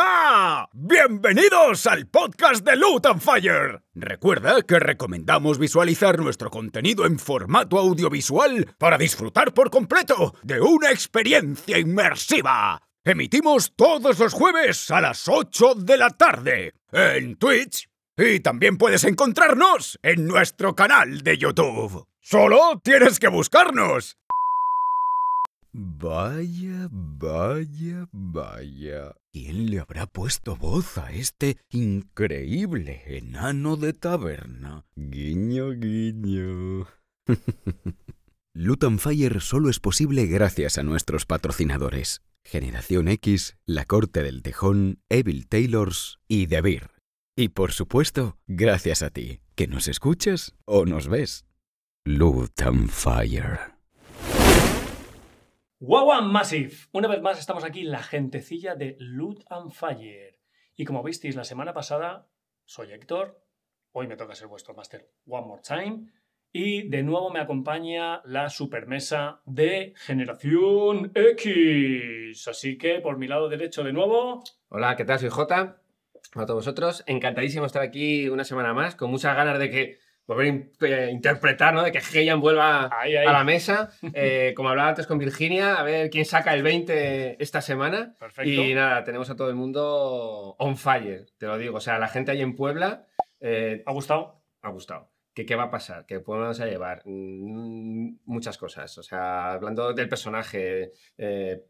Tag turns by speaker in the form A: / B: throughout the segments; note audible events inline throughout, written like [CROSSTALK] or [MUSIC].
A: Hola, bienvenidos al podcast de Loot and Fire. Recuerda que recomendamos visualizar nuestro contenido en formato audiovisual para disfrutar por completo de una experiencia inmersiva. Emitimos todos los jueves a las 8 de la tarde en Twitch y también puedes encontrarnos en nuestro canal de YouTube. Solo tienes que buscarnos. Vaya, vaya, vaya. ¿Quién le habrá puesto voz a este increíble enano de taberna? Guiño, guiño. [LAUGHS] Luton Fire solo es posible gracias a nuestros patrocinadores. Generación X, La Corte del Tejón, Evil Taylors y The Beer. Y por supuesto, gracias a ti, que nos escuchas o nos ves. Luton Fire.
B: Wawa Massive. Una vez más estamos aquí la gentecilla de Loot and Fire. Y como visteis la semana pasada, soy Héctor. Hoy me toca ser vuestro máster one more time. Y de nuevo me acompaña la supermesa de Generación X. Así que por mi lado derecho de nuevo.
C: Hola, ¿qué tal? Soy Jota. Hola a todos vosotros. Encantadísimo estar aquí una semana más, con muchas ganas de que volver a eh, interpretar, ¿no? De que Heian vuelva
B: Ahí, ahí.
C: a
B: [LAUGHS]
C: la mesa. Eh, como hablaba antes con Virginia, a ver quién saca el 20 esta semana.
B: Perfecto.
C: Y nada, tenemos a todo el mundo on fire, te lo digo. O sea, la gente ahí en Puebla eh,
B: ¿Ha gustado?
C: ha gustado. ¿Qué, ¿Qué va a pasar? ¿Qué Puebla nos va a llevar? Mm, muchas cosas. O sea, hablando del personaje. eh,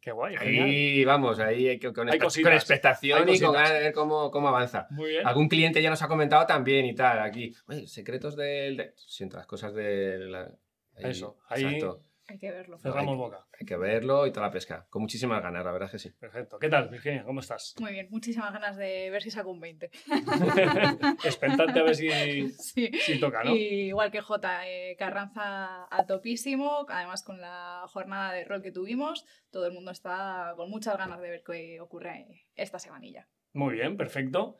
B: Qué guay, genial.
C: ahí vamos, ahí hay que- con,
B: Hay
C: expect- con
B: cositas, hay
C: expectación y
B: cositas. ¿Eh?
C: con ganas de ver Eh, cómo, cómo avanza.
B: Muy bien.
C: Algún cliente ya nos ha comentado también y tal, aquí. Oye, secretos del... de- Siento, las cosas de la... ahí,
B: Eso, ahí-
C: Exacto.
D: Hay que verlo.
B: Cerramos boca.
C: Hay que verlo y toda la pesca. Con muchísimas ganas, la verdad es que sí.
B: Perfecto. ¿Qué tal, Virginia? ¿Cómo
D: [LAUGHS]
B: estás? [LAUGHS]
D: Muy bien, muchísimas ganas de ver si saco un
E: [LAUGHS]
D: 20.
B: Expectante a ver si,
D: [LAUGHS] Sí.
B: si toca, ¿no?
D: Y igual que J, eh, Carranza a topísimo, además con la jornada de rol que tuvimos, todo el mundo está con muchas ganas de ver qué ocurre esta semanilla.
B: Muy bien, perfecto.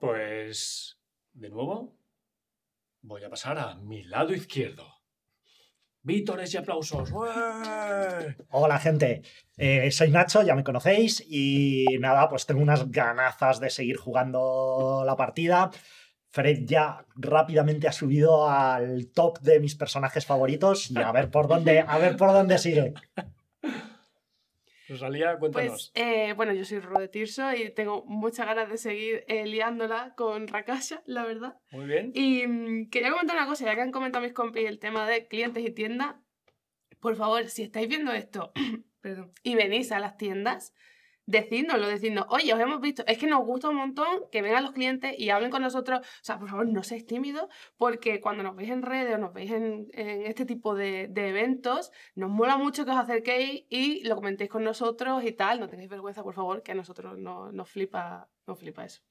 B: Pues, de nuevo, voy a pasar a mi lado izquierdo. Vítores y aplausos. ¡Ué!
E: Hola gente, Eh, soy Nacho, ya me conocéis y nada, pues tengo unas ganazas de seguir jugando la partida. Fred ya rápidamente ha subido al top de mis personajes favoritos y a ver por dónde, a ver por dónde sigue.
B: Rosalía, cuéntanos.
F: Pues eh, bueno, yo soy Rude Tirso y tengo muchas ganas de seguir eh, liándola con Rakasha, la verdad.
B: Muy bien.
F: Y mm, quería comentar una cosa, ya que han comentado mis compis el tema de clientes y tiendas. Por favor, si estáis viendo esto [CLEARS THROAT] perdón, y venís a las tiendas, decídnoslo, decidnos, oye, os hemos visto, es que nos gusta un montón que vengan los clientes y hablen con nosotros. O sea, por favor, no seáis tímidos, porque cuando nos veis en redes o nos veis en, en este tipo de, de eventos, nos mola mucho que os acerquéis y lo comentéis con nosotros y tal. No tengáis vergüenza, por favor, que a nosotros no- nos flipa, nos flipa eso.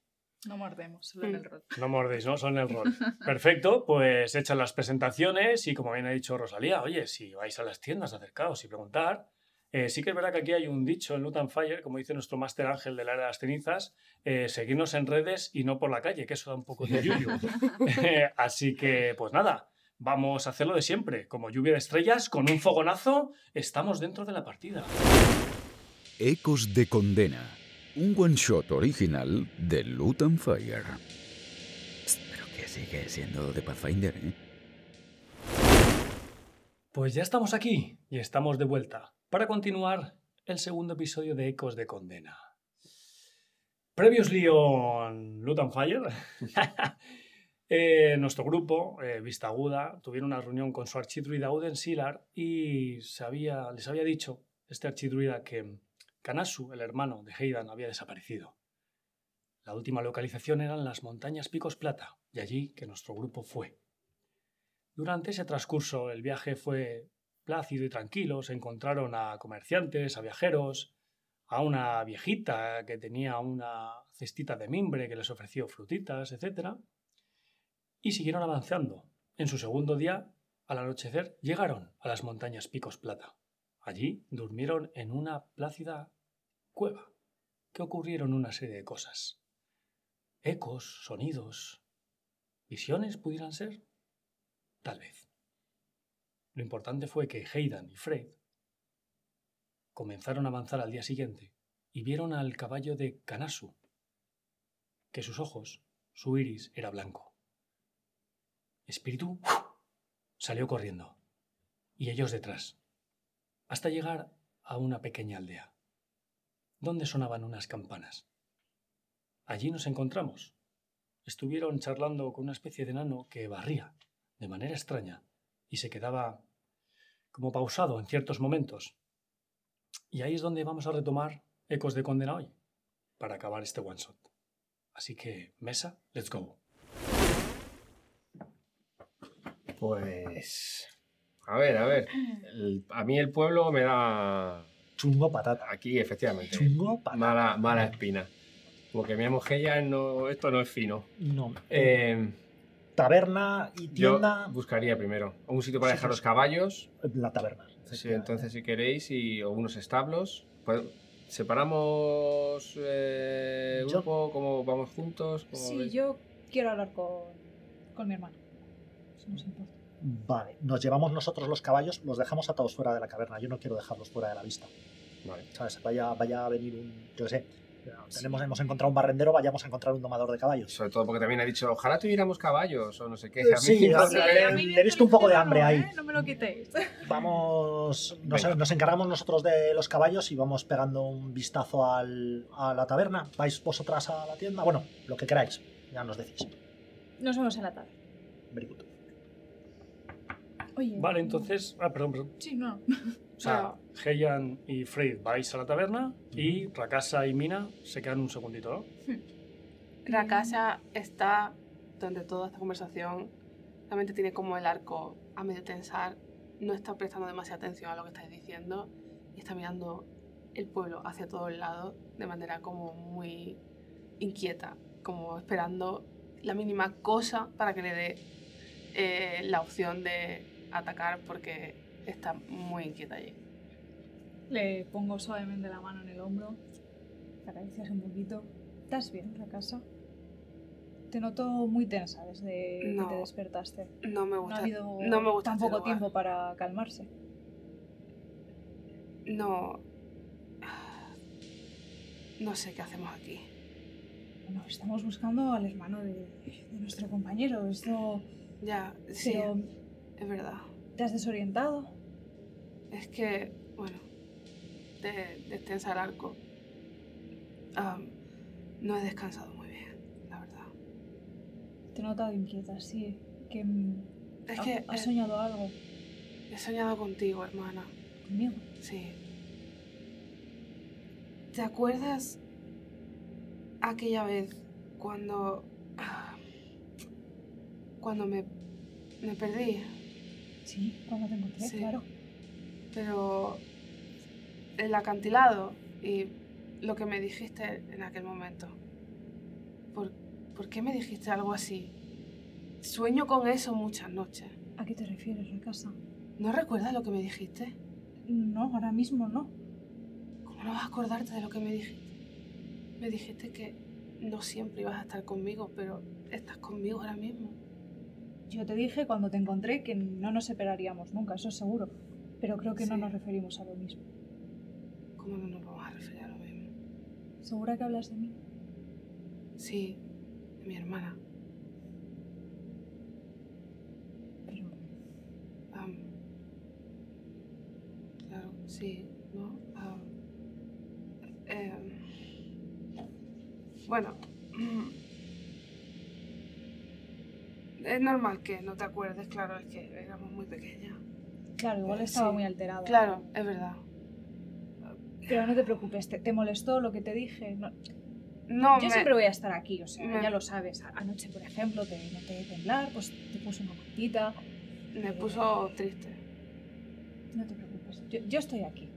D: No mordemos, solo en el
E: [CLEARS THROAT]
D: rol.
B: No mordéis, ¿no? Son el rol. Perfecto, pues hechas las presentaciones y como bien ha dicho Rosalía, oye, si vais a las tiendas, acercaos y preguntar. Eh, sí que es verdad que aquí hay un dicho en Loot and Fire, como dice nuestro máster ángel de la era de las cenizas, eh, seguirnos en redes y no por la calle, que eso da un poco de yuyu. Eh, así que, pues nada, vamos a hacerlo de siempre. Como lluvia de estrellas, con un fogonazo, estamos dentro de la partida.
A: Ecos de Condena, un one-shot original de Loot and Fire. Pero que sigue siendo de Pathfinder, ¿eh?
B: Pues ya estamos aquí y estamos de vuelta para continuar el segundo episodio de Ecos de Condena. Previously on Loot and Fire, [LAUGHS] eh, nuestro grupo, eh, Vista Aguda, tuvieron una reunión con su archidruida Uden Silar y se había- les había dicho este archidruida que Kanasu, el hermano de Heidan, había desaparecido. La última localización eran las montañas Picos Plata, y allí que nuestro grupo fue. Durante ese transcurso el viaje fue plácido y tranquilo, se encontraron a comerciantes, a viajeros, a una viejita que tenía una cestita de mimbre que les ofreció frutitas, etc. Y siguieron avanzando. En su segundo día, al anochecer, llegaron a las montañas Picos Plata. Allí durmieron en una plácida cueva, que ocurrieron una serie de cosas. Ecos, sonidos, visiones pudieran ser. Tal vez. Lo importante fue que Heidan y Fred comenzaron a avanzar al día siguiente y vieron al caballo de Kanasu
G: que sus ojos, su iris, era blanco. Espíritu salió corriendo, y ellos detrás, hasta llegar a una pequeña aldea, donde sonaban unas campanas. Allí nos encontramos. Estuvieron charlando con una especie de enano que barría, de manera extraña, y se quedaba como pausado en ciertos momentos. Y ahí es donde vamos a retomar Ecos de Condena hoy, para acabar este one shot. Así que, mesa, let's go.
C: Pues. A ver, a ver. El- a mí el pueblo me da.
E: Chungo patata.
C: Aquí, efectivamente.
E: Chungo patata.
C: Mala, mala espina. Porque mi mojella no. Esto no es fino.
E: No.
C: Eh,
E: Taberna y
C: yo
E: tienda.
C: buscaría primero un sitio para
E: Sí,
C: dejar
E: sí,
C: los
E: sí.
C: caballos.
E: La taberna.
C: Sí, entonces
E: eh.
C: si queréis, y o unos establos. Pues, ¿Separamos eh,
E: Yo-
C: grupo? ¿Cómo vamos juntos? ¿Cómo
D: Sí,
C: veis?
D: yo quiero hablar con, con mi hermano. Si no os importa.
E: Vale, nos llevamos nosotros los caballos, los dejamos atados fuera de la caverna. Yo no quiero dejarlos fuera de la vista.
C: Vale.
E: ¿Sabes? Vaya, vaya a venir un. Yo qué sé. Tenemos, Hemos encontrado un barrendero, vayamos a encontrar un domador de caballos.
C: Sobre todo porque también ha dicho, ojalá tuviéramos caballos o no sé qué.
E: Eh,
C: A mí
E: sí,
C: no
E: a-
C: sé
E: a-
C: qué.
E: le- eh, le he visto un poco de hambre ahí.
D: ¿eh? No me lo quitéis. [LAUGHS]
E: Vamos. Nos,
C: Venga.
E: nos encargamos nosotros de los caballos y vamos pegando un vistazo al- a la taberna. ¿Vais vosotras a la tienda? Bueno, lo que queráis. Ya nos decís.
D: Nos vemos en la tarde.
E: Very good.
D: Oye.
G: Vale, entonces. Ah, perdón, perdón.
D: Sí, no.
G: O sea, Heian y Fred vais a la taberna y Rakasa y Mina se quedan un segundito, ¿no?
F: La casa está donde toda esta conversación realmente tiene como el arco a medio tensar, no está prestando demasiada atención a lo que estáis diciendo y está mirando el pueblo hacia todos lados de manera como muy inquieta, como esperando la mínima cosa para que le dé eh, la opción de atacar porque está muy inquieta allí.
D: Le pongo suavemente la mano en el hombro. Te acaricias un poquito. ¿Estás bien, Rakasa? Te noto muy tensa desde
F: No.
D: que te despertaste.
F: No me
D: No
F: gusta.
D: ha habido
F: no me gusta
D: tan
F: este
D: poco
F: lugar.
D: tiempo para calmarse.
F: No. [SIGHS] No sé qué hacemos aquí.
D: Bueno, estamos buscando al hermano de, de nuestro compañero. Esto.
F: Ya, sí,
D: Pero,
F: es verdad.
D: ¿te has desorientado?
F: Es que, bueno, de, de extensa al arco. am, no he descansado muy bien, la verdad.
D: Te he notado inquieta, sí. Que mm,
F: Es
D: ha-
F: que
D: has
F: eh,
D: soñado algo
F: he soñado contigo, hermana.
D: conmigo.
F: Sí. ¿Te acuerdas aquella vez cuando. ah, cuando me. me perdí?
D: Sí, cuando te encontré,
F: Sí.
D: claro.
F: pero el acantilado y lo que me dijiste en aquel momento. ¿Por, por qué me dijiste algo así? Sueño con eso muchas noches.
D: ¿A qué te refieres, Rakasa?
F: ¿No recuerdas lo que me dijiste?
D: No, ahora mismo no.
F: ¿Cómo no vas a acordarte de lo que me dijiste? Me dijiste que no siempre ibas a estar conmigo, pero estás conmigo ahora mismo.
D: Yo te dije cuando te encontré que no nos separaríamos nunca, eso es seguro. Pero creo que no
F: Sí.
D: nos referimos a lo mismo.
F: ¿Cómo no nos vamos a referir a lo mismo?
D: ¿Segura que hablas de mí?
F: Sí, de mi hermana.
D: Pero
F: Am, claro, sí, ¿no? Am, em, bueno. [CLEARS THROAT] Es normal que no te acuerdes, claro, es que éramos muy pequeñas.
D: claro, igual
F: Eh,
D: estaba
F: sí.
D: muy alterada.
F: Claro, es verdad.
D: Pero no te preocupes, te, te molestó lo que te dije. No-
F: No,
D: yo
F: me-
D: siempre voy a estar aquí, o sea,
F: me-
D: ya lo sabes. A- Anoche, por ejemplo, te noté temblar, pues te puse una puntita.
F: me puso triste,
D: No te preocupes, yo, yo estoy aquí.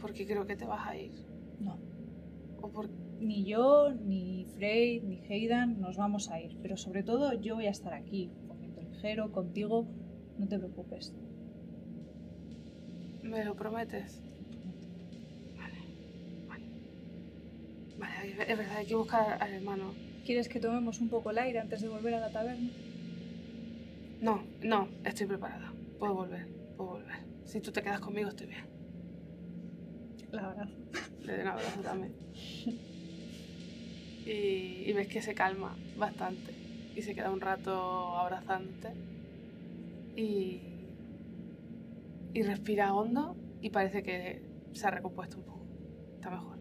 F: porque creo que te vas a ir.
D: No.
F: O por...
D: Ni yo, ni Frey, ni Heidan nos vamos a ir. Pero sobre todo yo voy a estar aquí, con viento ligero, contigo. No te preocupes.
F: ¿Me lo prometes? Vale, vale. Vale, es verdad, hay que buscar al hermano.
D: ¿Quieres que tomemos un poco el aire antes de volver a la taberna?
F: No, no, estoy preparada. Puedo volver, puedo volver. Si tú te quedas conmigo, estoy bien.
D: La verdad.
F: [LAUGHS] Le doy un abrazo también. y, y ves que se calma bastante y se queda un rato abrazándote y, y respira hondo y parece que se ha recompuesto un poco. Está mejor.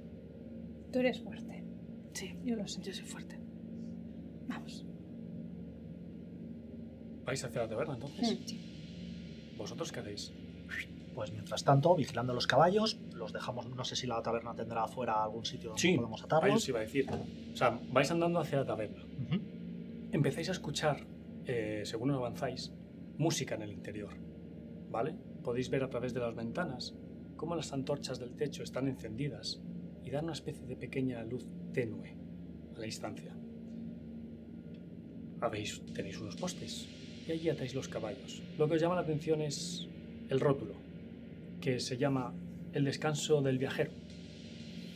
D: Tú eres fuerte,
F: Sí,
D: yo lo sé.
F: yo soy fuerte.
D: Vamos.
B: ¿Vais hacia la taberna entonces?
D: Sí.
B: ¿Vosotros qué hacéis?
E: Pues mientras tanto, vigilando los caballos, los dejamos, no sé si la taberna tendrá afuera algún sitio donde
B: Sí,
E: podamos
B: Ahí
E: atarlos.
B: os iba a decir. O sea, vais andando hacia la taberna.
E: Ujú.
B: Empezáis a escuchar, eh, según avanzáis, música en el interior. ¿Vale? Podéis ver a través de las ventanas cómo las antorchas del techo están encendidas y dan una especie de pequeña luz tenue a la distancia. Habéis, tenéis unos postes y allí atáis los caballos. Lo que os llama la atención es el rótulo, que se llama El descanso del viajero.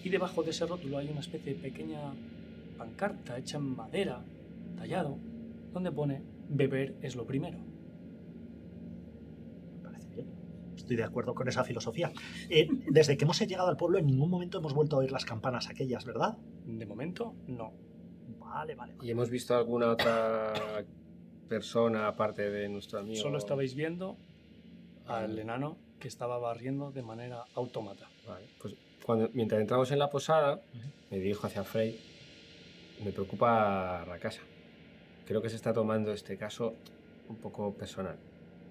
B: Y debajo de ese rótulo hay una especie de pequeña pancarta hecha en madera, tallado, donde pone beber es lo primero.
E: Me parece bien. Estoy de acuerdo con esa filosofía. Eh, desde que hemos llegado al pueblo, en ningún momento hemos vuelto a oír las campanas aquellas, ¿verdad?
B: De momento, no.
E: Vale, vale. vale.
C: ¿Y hemos visto alguna otra persona aparte de nuestro amigo?
B: Solo estabais viendo al enano que estaba barriendo de manera autómata.
C: Vale, pues cuando, mientras entramos en la posada,
E: Ujú.
C: me dirijo hacia Frey. Me preocupa la casa. Creo que se está tomando este caso un poco personal.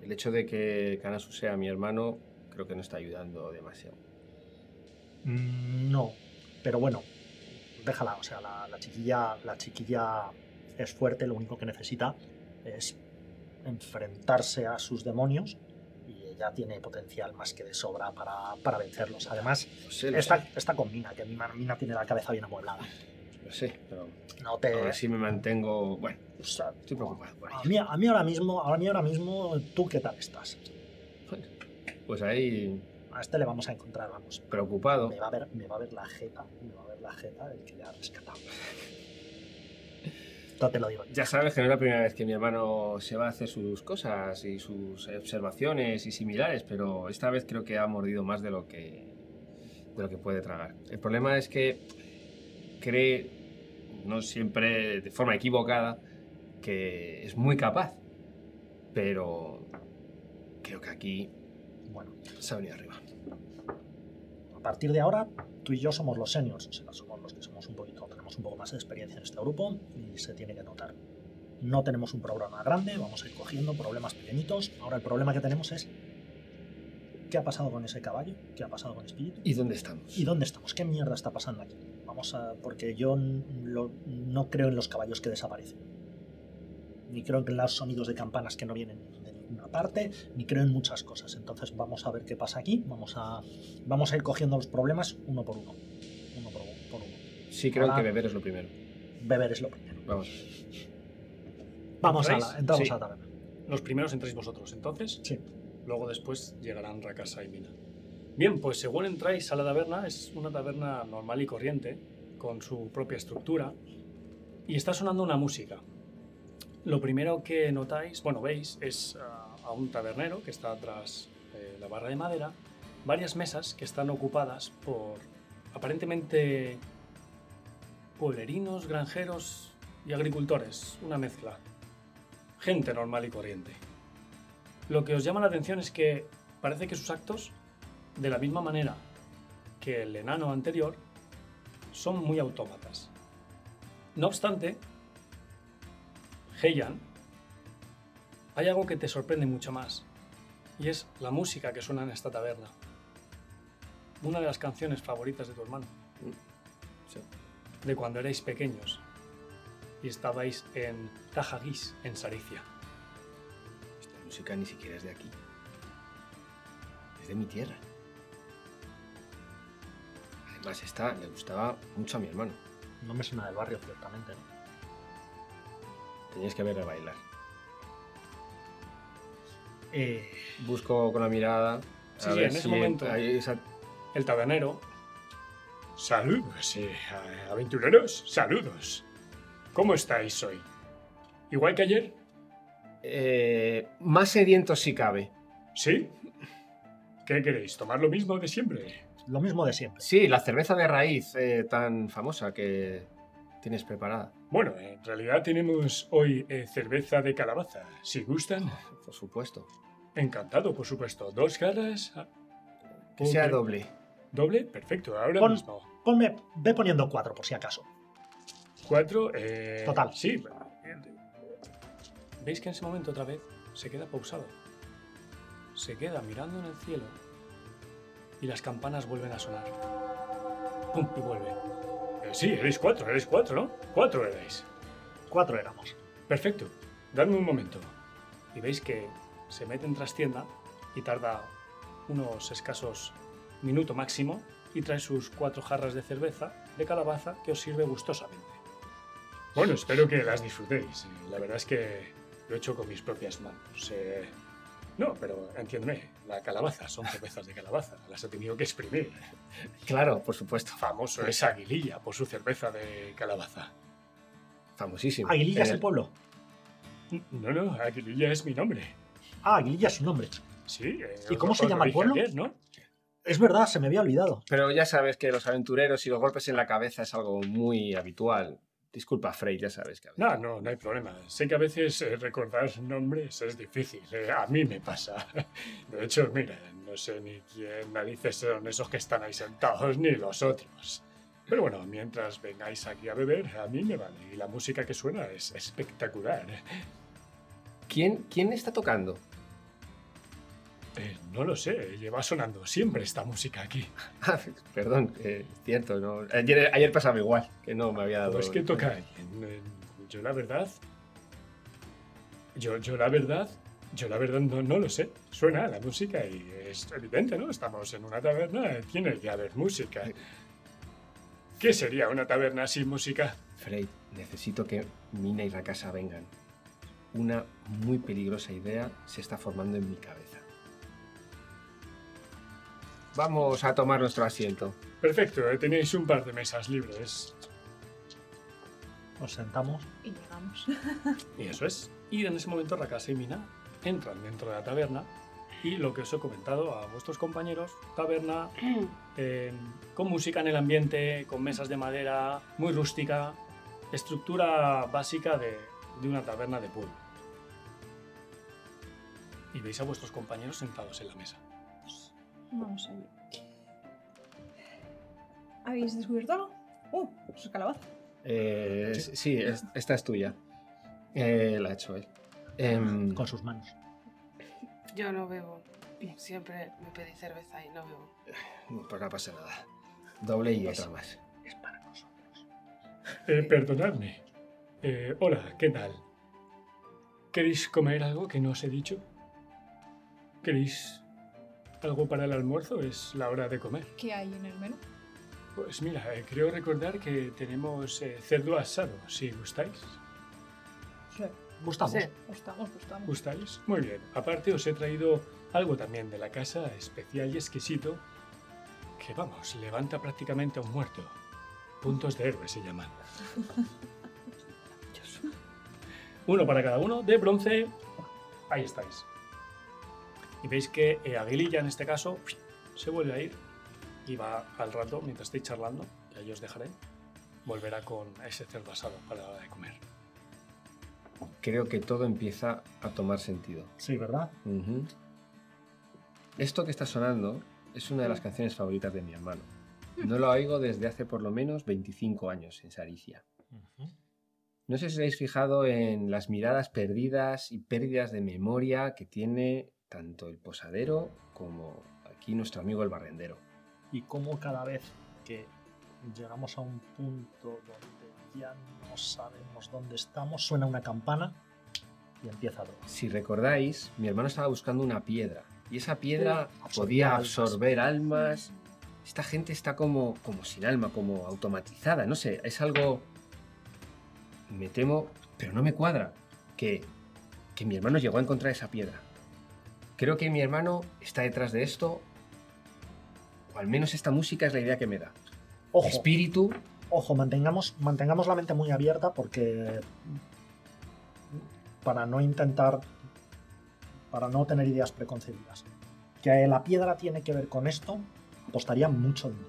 C: El hecho de que Kanasu sea mi hermano creo que no está ayudando demasiado.
E: Mm, No, pero bueno, déjala. O sea, la, la chiquilla, la chiquilla es fuerte. Lo único que necesita es enfrentarse a sus demonios y ella tiene potencial más que de sobra para, para vencerlos. Además,
C: Lo sé, lo
E: está, está con Mina, que Mina, Mina tiene la cabeza bien amueblada.
C: sé, lo sé, pero
E: No te,
C: aún así me mantengo... Bueno,
E: o sea,
C: estoy preocupado por
E: A
C: ella.
E: mí, a mí ahora mismo, a mí ahora mismo, ¿tú qué tal estás?
C: Pues ahí,
E: A este le vamos a encontrar, vamos.
C: preocupado.
E: Me va a ver, me va a ver la jeta, me va a ver la jeta el que le ha rescatado. No te lo digo.
C: Ya sabes que no es la primera vez que mi hermano se va a hacer sus cosas y sus observaciones y similares, pero esta vez creo que ha mordido más de lo que, de lo que puede tragar. El problema es que cree, no siempre de forma equivocada, que es muy capaz, pero creo que aquí
E: Bueno,
C: se ha venido arriba.
E: a partir de ahora, tú y yo somos los seniors, o sea, somos los que somos un poquito, tenemos un poco más de experiencia en este grupo y se tiene que notar. No tenemos un programa grande, vamos a ir cogiendo problemas pequeñitos. Ahora el problema que tenemos es ¿qué ha pasado con ese caballo? ¿Qué ha pasado con Espíritu?
C: ¿Y dónde estamos?
E: ¿Y dónde estamos? ¿Qué mierda está pasando aquí? Vamos a. Porque yo n- lo- no creo en los caballos que desaparecen. Ni creo en los sonidos de campanas que no vienen de ninguna parte, ni creo en muchas cosas. Entonces vamos a ver qué pasa aquí. Vamos a, vamos a ir cogiendo los problemas uno por uno. Uno por, u- por uno.
C: Sí, creo
E: Hola.
C: que beber es lo primero.
E: Beber es lo primero.
C: Vamos.
E: Vamos a
B: ¿Entráis?
E: la, entramos
B: Sí.
E: a la taberna.
B: Los primeros entráis vosotros, entonces.
E: Sí.
B: Luego después llegarán Rakasa y Mina. Bien, pues según entráis a la taberna, es una taberna normal y corriente, con su propia estructura, y está sonando una música. Lo primero que notáis, bueno, veis, es ah, a un tabernero que está tras eh, la barra de madera, varias mesas que están ocupadas por aparentemente pueblerinos, granjeros y agricultores, una mezcla. Gente normal y corriente. Lo que os llama la atención es que parece que sus actos, de la misma manera que el enano anterior, son muy autómatas. No obstante, Heian, hay algo que te sorprende mucho más, y es la música que suena en esta taberna. Una de las canciones favoritas de tu hermano,
C: Sí.
B: de cuando erais pequeños y estabais en Tajagis, en Saricia.
C: Esta música ni siquiera es de aquí. Es de mi tierra. Además, esta le gustaba mucho a mi hermano.
E: No me suena del barrio, ciertamente. ¿no?
C: Tenías que verla bailar.
E: Eh,
C: Busco con la mirada. a
B: Sí, sí,
C: ver
B: en ese
C: si
B: momento.
C: hay esa-
B: El tabernero
H: Saludos, eh, a- aventureros, saludos. ¿Cómo estáis hoy? ¿Igual que ayer?
C: Eh, más sediento si cabe.
H: ¿Sí? ¿Qué queréis? ¿Tomar lo mismo de siempre?
E: lo mismo de siempre.
C: Sí, la cerveza de raíz eh, tan famosa que tienes preparada?
B: Bueno, en realidad tenemos hoy eh, cerveza de calabaza. Si gustan,
C: Por supuesto.
B: encantado, por supuesto. Dos caras. ah,
C: Que sea
B: Hombre.
C: doble.
B: ¿Doble? Perfecto, ahora
E: Pon-
B: mismo.
E: Ponme, ve poniendo cuatro por si acaso.
B: Cuatro. eh,
E: Total.
B: Sí.
G: ¿Veis que en ese momento otra vez se queda pausado? Se queda mirando en el cielo y las campanas vuelven a sonar. ¡Pum! Y vuelve.
B: eh, sí, eres cuatro, eres cuatro, ¿no? Cuatro erais.
E: Cuatro éramos.
B: Perfecto. Dadme un momento.
G: Y veis que se mete en trastienda y tarda unos escasos minuto máximo y trae sus cuatro jarras de cerveza de calabaza que os sirve gustosamente.
B: Bueno, espero que las disfrutéis. Eh, La verdad es que lo he hecho con mis propias manos. Eh, no, pero entiéndeme, la calabaza, son cervezas de calabaza, las he tenido que exprimir.
C: Claro, por supuesto.
B: Famoso es Aguililla por su cerveza de calabaza.
C: Famosísimo.
E: Aguililla
C: En
E: es
B: Eh,
C: el-
E: el pueblo.
B: No, no, Aguililla es mi nombre.
E: Ah, Aguililla es su nombre.
B: Sí. eh,
E: ¿Y
B: os-
E: cómo se
B: os lo
E: llama el
B: dije
E: pueblo?
B: ayer, ¿no?
E: Es verdad, se me había olvidado.
C: Pero ya sabes que los aventureros y los golpes en la cabeza es algo muy habitual. Disculpa, Frey, ya sabes que a
B: No,
C: veces-
B: no, no hay problema. Sé que a veces eh, recordar nombres es difícil. eh, a mí me pasa. [LAUGHS] De hecho, mira, no sé ni quién narices son esos que están ahí sentados ni los otros. Pero bueno, mientras vengáis aquí a beber, a mí me vale. Y la música que suena es espectacular.
C: ¿Quién, ¿Quién está tocando? [LAUGHS]
B: Eh, no lo sé, lleva sonando siempre esta música aquí.
C: Ah, Perdón, eh, es cierto. No, ayer, ayer pasaba igual, que no me había dado.
B: No es Pues que toca alguien. eh, Yo la verdad. Yo, yo la verdad. Yo la verdad no, no lo sé. Suena la música y es evidente, ¿no? Estamos en una taberna, eh, tiene que haber música. ¿Qué sería una taberna sin música?
C: Frey, necesito que Mina y la casa vengan. Una muy peligrosa idea se está formando en mi cabeza. Vamos a tomar nuestro asiento.
B: Perfecto, eh, tenéis un par de mesas libres.
E: Nos sentamos.
D: Y llegamos.
G: Y eso es. Y en ese momento Rakasa y Mina entran dentro de la taberna y lo que os he comentado a vuestros compañeros, taberna eh, con música en el ambiente, con mesas de madera, muy rústica, estructura básica de, de una taberna de pueblo. Y veis a vuestros compañeros sentados en la mesa.
D: [LAUGHS] Vamos a ver. ¿Habéis descubierto algo? Uh, pues calabaza.
C: Eh, sí, es- esta es tuya. Eh, la ha hecho él. Em,
E: Con sus manos.
F: Yo no bebo. Siempre me pedí cerveza y no bebo.
C: pues no pasa nada. Doble y otra más.
B: Eh, perdonadme. Eh, hola, ¿qué tal? ¿Queréis comer algo que no os he dicho? ¿Queréis algo para el almuerzo? Es la hora de comer.
D: ¿Qué hay en el menú?
B: Pues mira, eh, creo recordar que tenemos eh, cerdo asado, si gustáis.
D: Sí,
E: Gustamos.
F: Sí.
D: gustamos, gustamos.
G: Pues,
B: ¿Gustáis? Muy bien. Aparte os he traído algo también de la casa, especial y exquisito, que vamos, levanta prácticamente a un muerto. Puntos de héroe se llaman.
G: Uno para cada uno, de bronce. Ahí estáis. Y veis que eh, Aguililla, en este caso, se vuelve a ir y va al rato, mientras estéis charlando, y ahí os dejaré, volverá con ese cerdo asado para la hora de comer.
C: Creo que todo empieza a tomar sentido.
E: Sí, ¿verdad?
C: Ujú. Esto que está sonando es una de las canciones favoritas de mi hermano. No la oigo desde hace por lo menos 25 años en Saricia. No sé si os habéis fijado en las miradas perdidas y pérdidas de memoria que tiene tanto el posadero como aquí nuestro amigo el barrendero.
E: Y cómo cada vez que llegamos a un punto donde ya no sabemos dónde estamos, suena una campana y empieza todo.
C: Si recordáis, mi hermano estaba buscando una piedra y esa piedra
E: Absorbía
C: podía
E: almas.
C: absorber almas. Esta gente está como, como sin alma, como automatizada, no sé, es algo... Me temo, pero no me cuadra, que, que mi hermano llegó a encontrar esa piedra. Creo que mi hermano está detrás de esto, o al menos esta música es la idea que me da.
E: Ojo,
C: Espíritu,
E: ojo, mantengamos, mantengamos la mente muy abierta porque para no intentar, para no tener ideas preconcebidas. Que la piedra tiene que ver con esto, apostaría mucho dinero.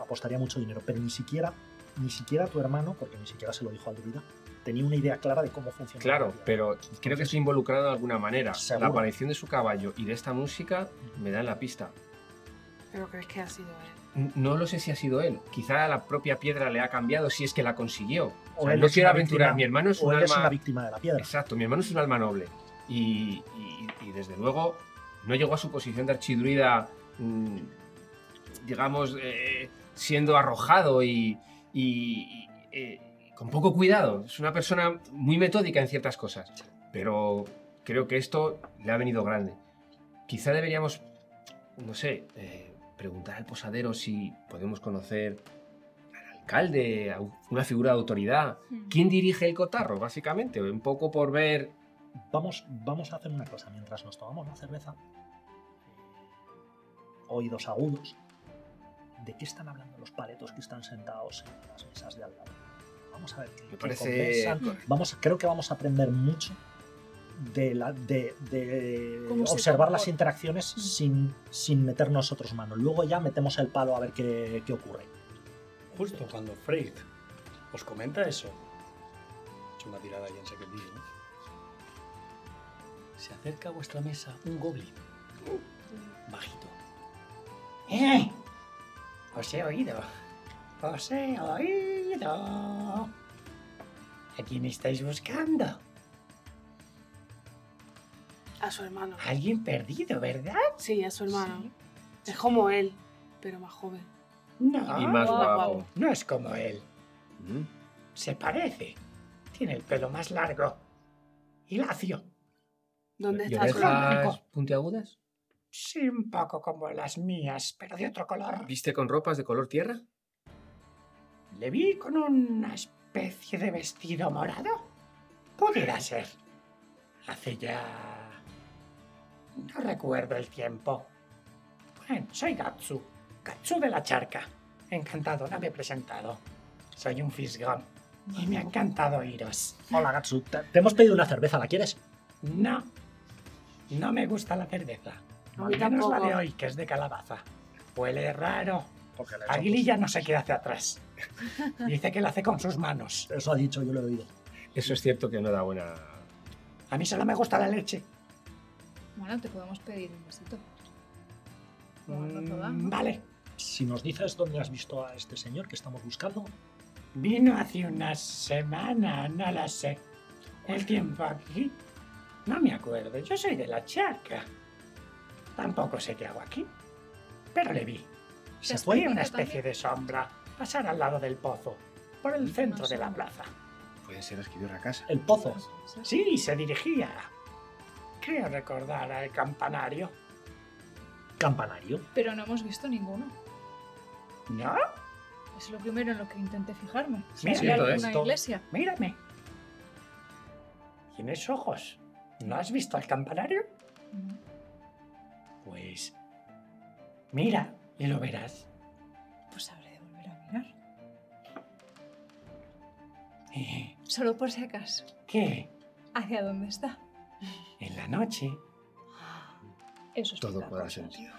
E: Apostaría mucho dinero, pero ni siquiera ni siquiera tu hermano, porque ni siquiera se lo dijo al de vida, tenía una idea clara de cómo funciona. la
C: Claro,
E: vida.
C: pero creo que estoy involucrado de alguna manera.
E: Seguro.
C: La aparición de su caballo y de esta música me dan la pista.
F: Pero crees que ha sido él.
C: N- No lo sé si ha sido él. Quizá la propia piedra le ha cambiado si es que la consiguió.
E: O
C: O sea,
E: él
C: no
E: es
C: quiero
E: una
C: aventurar.
E: víctima,
C: Mi hermano es
E: O
C: un
E: él es una
C: alma.
E: víctima de la piedra.
C: Exacto, mi hermano es un alma noble. Y, y- y desde luego no llegó a su posición de archidruida, mm, digamos, eh, siendo arrojado y, y- y, eh, con poco cuidado. Es una persona muy metódica en ciertas cosas. Pero creo que esto le ha venido grande. Quizá deberíamos, no sé, eh, preguntar al posadero si podemos conocer al alcalde, a u- una figura de autoridad.
D: Hmm.
C: ¿Quién dirige el cotarro, básicamente? Un poco por ver.
E: Vamos, vamos a hacer una cosa. Mientras nos tomamos la cerveza, eh, oídos agudos, ¿de qué están hablando los paletos que están sentados en las mesas de al lado? Vamos a ver qué,
C: Me
E: qué
C: parece.
E: conversan. Vamos, creo que vamos a aprender mucho de, la- de- de
D: Cómo se
E: observar
D: comporta.
E: las interacciones
D: Mm.
E: sin, sin meter nosotros mano. Luego ya metemos el palo a ver qué, qué ocurre.
G: Justo cuando Freyd Pues os comenta eso, he hecho una tirada ya en secretillo, ¿no? se acerca a vuestra mesa un goblin, bajito. ¡Eh! Os he oído. Os he oído. ¿A quién estáis buscando?
F: A su hermano.
G: Alguien perdido, ¿verdad?
F: Sí, a su hermano. Es como él, pero más joven.
E: Ah,
G: No.
C: Y más
F: guau,
C: guapo.
F: guau.
G: No es como él.
C: Mm.
G: Se parece. Tiene el pelo más largo. Y lacio.
F: ¿Dónde
C: ¿Y
F: está su hermano?
C: orejas
G: Rico.
C: puntiagudas?
G: Sí, un poco como las mías, pero de otro color.
C: ¿Viste con ropas de color tierra?
G: Le vi con una especie de vestido morado. Pudiera ser. Hace ya... No recuerdo el tiempo. Bueno, soy Gatsu. Gatsu de la charca. Encantado, no me he presentado. Soy un fisgón. Y me ha encantado oíros.
E: Hola, Gatsu. Te, te hemos pedido una cerveza, ¿la quieres?
G: No. No me gusta la cerveza.
F: A mí
G: Al menos la
F: tampoco.
G: de hoy, que es de calabaza. Huele raro.
E: Porque le
G: Aguililla no se queda hacia atrás. Dice que lo hace con sus manos.
E: Eso ha dicho, yo lo he oído.
C: Eso es cierto que no da buena.
G: A mí solo me gusta la leche.
D: Bueno, te podemos pedir un besito. Bueno, no toda,
G: Mm,
D: ¿no?
G: Vale.
E: Si nos dices dónde has visto a este señor que estamos buscando,
G: Vino hace una semana, no la sé. El tiempo aquí. No me acuerdo. Yo soy de la charca. Tampoco sé qué hago aquí. Pero le vi.
E: se
D: has
E: fue.
G: Vi una
D: Yo también.
G: especie de sombra pasar al lado del pozo, por el centro de la plaza.
C: Puede ser la casa.
E: El pozo.
G: Sí, se dirigía. Creo recordar al campanario.
E: Campanario.
D: Pero no hemos visto ninguno.
G: ¿No?
D: Es lo primero en lo que intenté fijarme.
G: Sí, es
D: Si había
C: cierto, ¿eh?
D: alguna
G: esto.
D: iglesia.
G: Mírame. Tienes ojos. ¿No has visto al campanario?
D: No.
G: Pues mira y lo verás. [LAUGHS]
D: Pues habré de volver a mirar.
G: Eh,
D: Solo por si acaso.
G: ¿Qué?
D: ¿Hacia dónde está?
G: En la noche.
D: Eso es
C: Todo
D: otra
C: cobra
D: cosa.
C: sentido.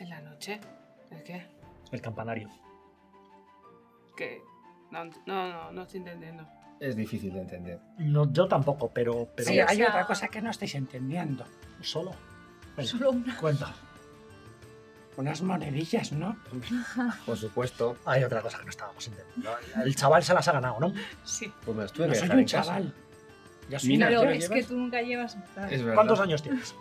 F: En la noche. ¿El qué?
E: El campanario.
F: ¿Qué? No, ent- no, no, no estoy entendiendo.
C: Es difícil de entender.
E: No, yo tampoco, pero, pero
G: sí,
D: o
G: hay
D: sea-
G: otra cosa que no estáis entendiendo.
E: solo. Venga,
D: Solo una.
E: Cuenta.
G: Unas monedillas, ¿no?
C: [LAUGHS] Por supuesto,
E: Hay otra cosa que no estábamos entendiendo. El chaval se las ha ganado, ¿no?
D: Sí.
C: pues me las tuve
G: No
C: que
G: soy
C: dejar
G: un
C: en casa.
G: chaval. Yo soy
C: Mira,
D: Pero
G: mayor.
C: ¿qué
D: es que
C: llevas?
D: tú nunca llevas. nada.
C: Es verdad.
E: ¿Cuántos años tienes?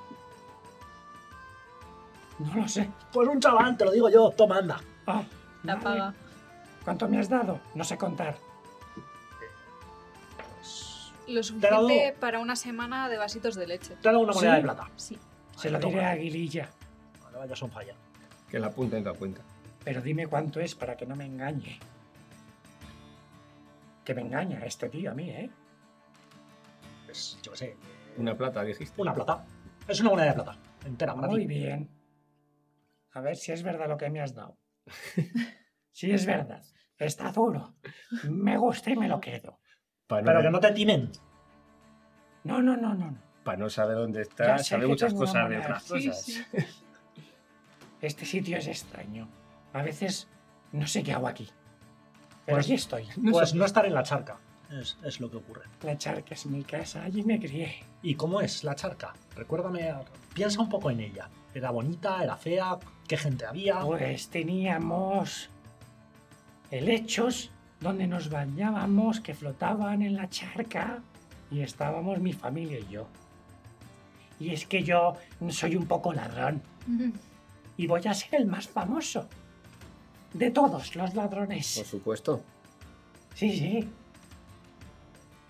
G: No lo sé.
E: Pues un chaval, te lo digo yo. Toma, anda.
G: Ah,
D: La
G: vale.
D: paga.
G: ¿Cuánto me has dado? No sé contar.
D: Lo
E: dado-
D: suficiente para una semana de vasitos de leche.
E: Te ha dado una moneda
G: Sí.
E: de plata.
D: Sí.
G: Se lo
E: Toma.
G: diré a Aguililla.
E: No le vayas a un falla.
C: Que la punta en la cuenta.
G: Pero dime cuánto es para que no me engañe. Que me engaña este tío a mí, ¿eh?
E: Pues, yo qué sé.
C: Una plata, dijiste.
E: Una plata. Es una moneda de plata. Entera, para
G: Muy
E: ti.
G: bien. A ver si es verdad lo que me
E: [LAUGHS]
G: has dado. si es verdad. Está duro. Me gusta y me lo quedo.
C: Para
E: Pero que no te timen.
G: No, no, no, no. no.
C: Para no saber dónde
G: Ya
C: está,
G: sé
C: sabe
G: que
C: muchas
G: tengo una
C: cosas de
G: moneda.
C: otras
G: Sí,
C: cosas.
G: sí. Este sitio es extraño. A veces no sé qué hago aquí. Pero aquí estoy.
E: Pues no estar en la charca. Es, es lo que ocurre.
G: La charca es mi casa, allí me crié.
E: ¿Y cómo es la charca? Recuérdame, a- piensa un poco en ella. ¿Era bonita? ¿Era fea? ¿Qué gente había?
G: Pues teníamos helechos donde nos bañábamos, que flotaban en la charca y estábamos mi familia y yo. Y es que yo soy un poco ladrón y voy a ser el más famoso de todos los
C: Por
G: ladrones.
C: supuesto.
G: Sí, sí,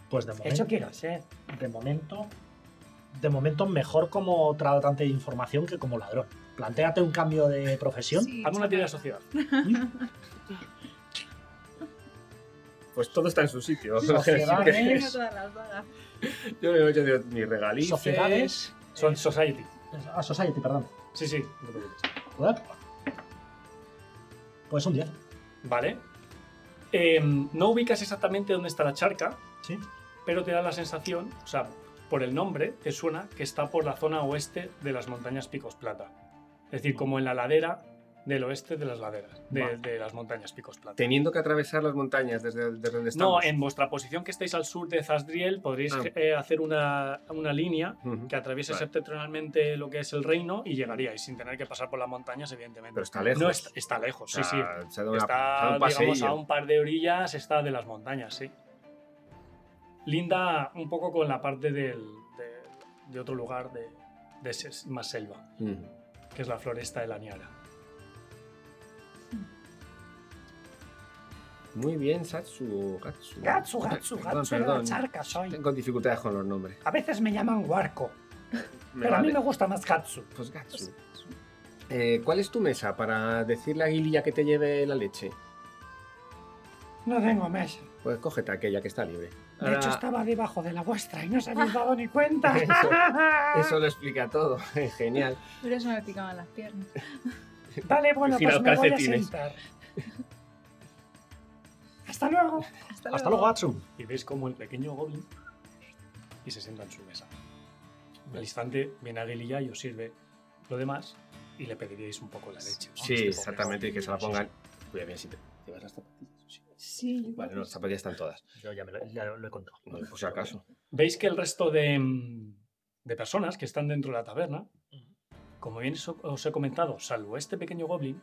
E: Pues de
G: eso
E: momento,
G: quiero ser.
E: de momento, de momento mejor como tratante de información que como ladrón. Plantéate un cambio de profesión.
B: Hazme una tira de sociedad.
C: Pues todo está en su sitio.
E: Sociedades.
D: Tengo todas las dagas.
C: [LAUGHS] Yo me voy a echar mi regaliz.
E: Sociedades.
B: Son Society.
E: Ah, Society, perdón.
B: Sí, sí, no te preocupes.
E: Joder. Pues un 10.
B: Vale. Em, no ubicas exactamente dónde está la charca,
E: Sí.
B: pero te da la sensación, o sea, por el nombre te suena que está por la zona oeste de las montañas Picos Plata. Es decir, como en la ladera del oeste de las laderas, de,
E: Vale.
B: de las montañas Picos Plata.
C: Teniendo que atravesar las montañas desde, desde donde
B: No,
C: estamos.
B: en vuestra posición que estáis al sur de Zasdriel podréis
C: Ah.
B: eh, hacer una, una línea
C: Ujú.
B: que atraviese
C: Vale.
B: septentrionalmente lo que es el reino y llegaríais sin tener que pasar por las montañas, evidentemente.
C: Pero está lejos.
B: No, está, está lejos, sí, sí.
C: Ah, se da una- se da
B: Está,
C: un
B: digamos, a
C: paseillo.
B: un par de orillas, está de las montañas, sí. Linda un poco con la parte del, de, de otro lugar de, de ses- más selva,
C: Mm.
B: que es la floresta de la Niara.
C: Muy bien, Satsu. Gatsu.
G: Gatsu, gatsu,
C: Perdón,
G: gatsu de la
C: perdón.
G: charca soy.
C: Tengo dificultades con los nombres.
G: A veces me llaman Warco,
C: Me
G: pero a mí
C: vale.
G: me gusta más Gatsu.
C: Pues Gatsu. Eh, ¿Cuál es tu mesa para decirle a Guililla que te lleve la leche?
G: No tengo mesa.
C: Pues cógete aquella que está libre.
G: De
C: Ahora,
G: hecho, estaba debajo de la vuestra y no os habéis dado ni
B: [LAUGHS]
G: cuenta.
C: Eso lo explica todo. [LAUGHS] Genial.
D: Por eso me picaban las piernas.
G: [LAUGHS] Vale, bueno,
C: Gira los
G: pues me voy a
C: calcetines.
G: sentar. [LAUGHS] Hasta luego.
D: Hasta,
E: Hasta luego, Atsu.
B: Y ves como el pequeño goblin y se sienta en su mesa. Al instante viene Aguililla y os sirve lo demás y le pediríais un poco la leche. ¿no?
C: Sí,
B: Este pobre
C: exactamente,
B: goblin.
C: que se la
B: Sí,
C: pongan. Cuida bien si te llevas las zapatillas. Sí.
D: Sí.
C: Vale, no, las zapatillas están todas.
E: Yo ya, me lo, ya lo he contado.
C: Vale, por si acaso.
B: Veis que el resto de, mm, de personas que están dentro de la taberna, como bien so- os he comentado, salvo este pequeño goblin,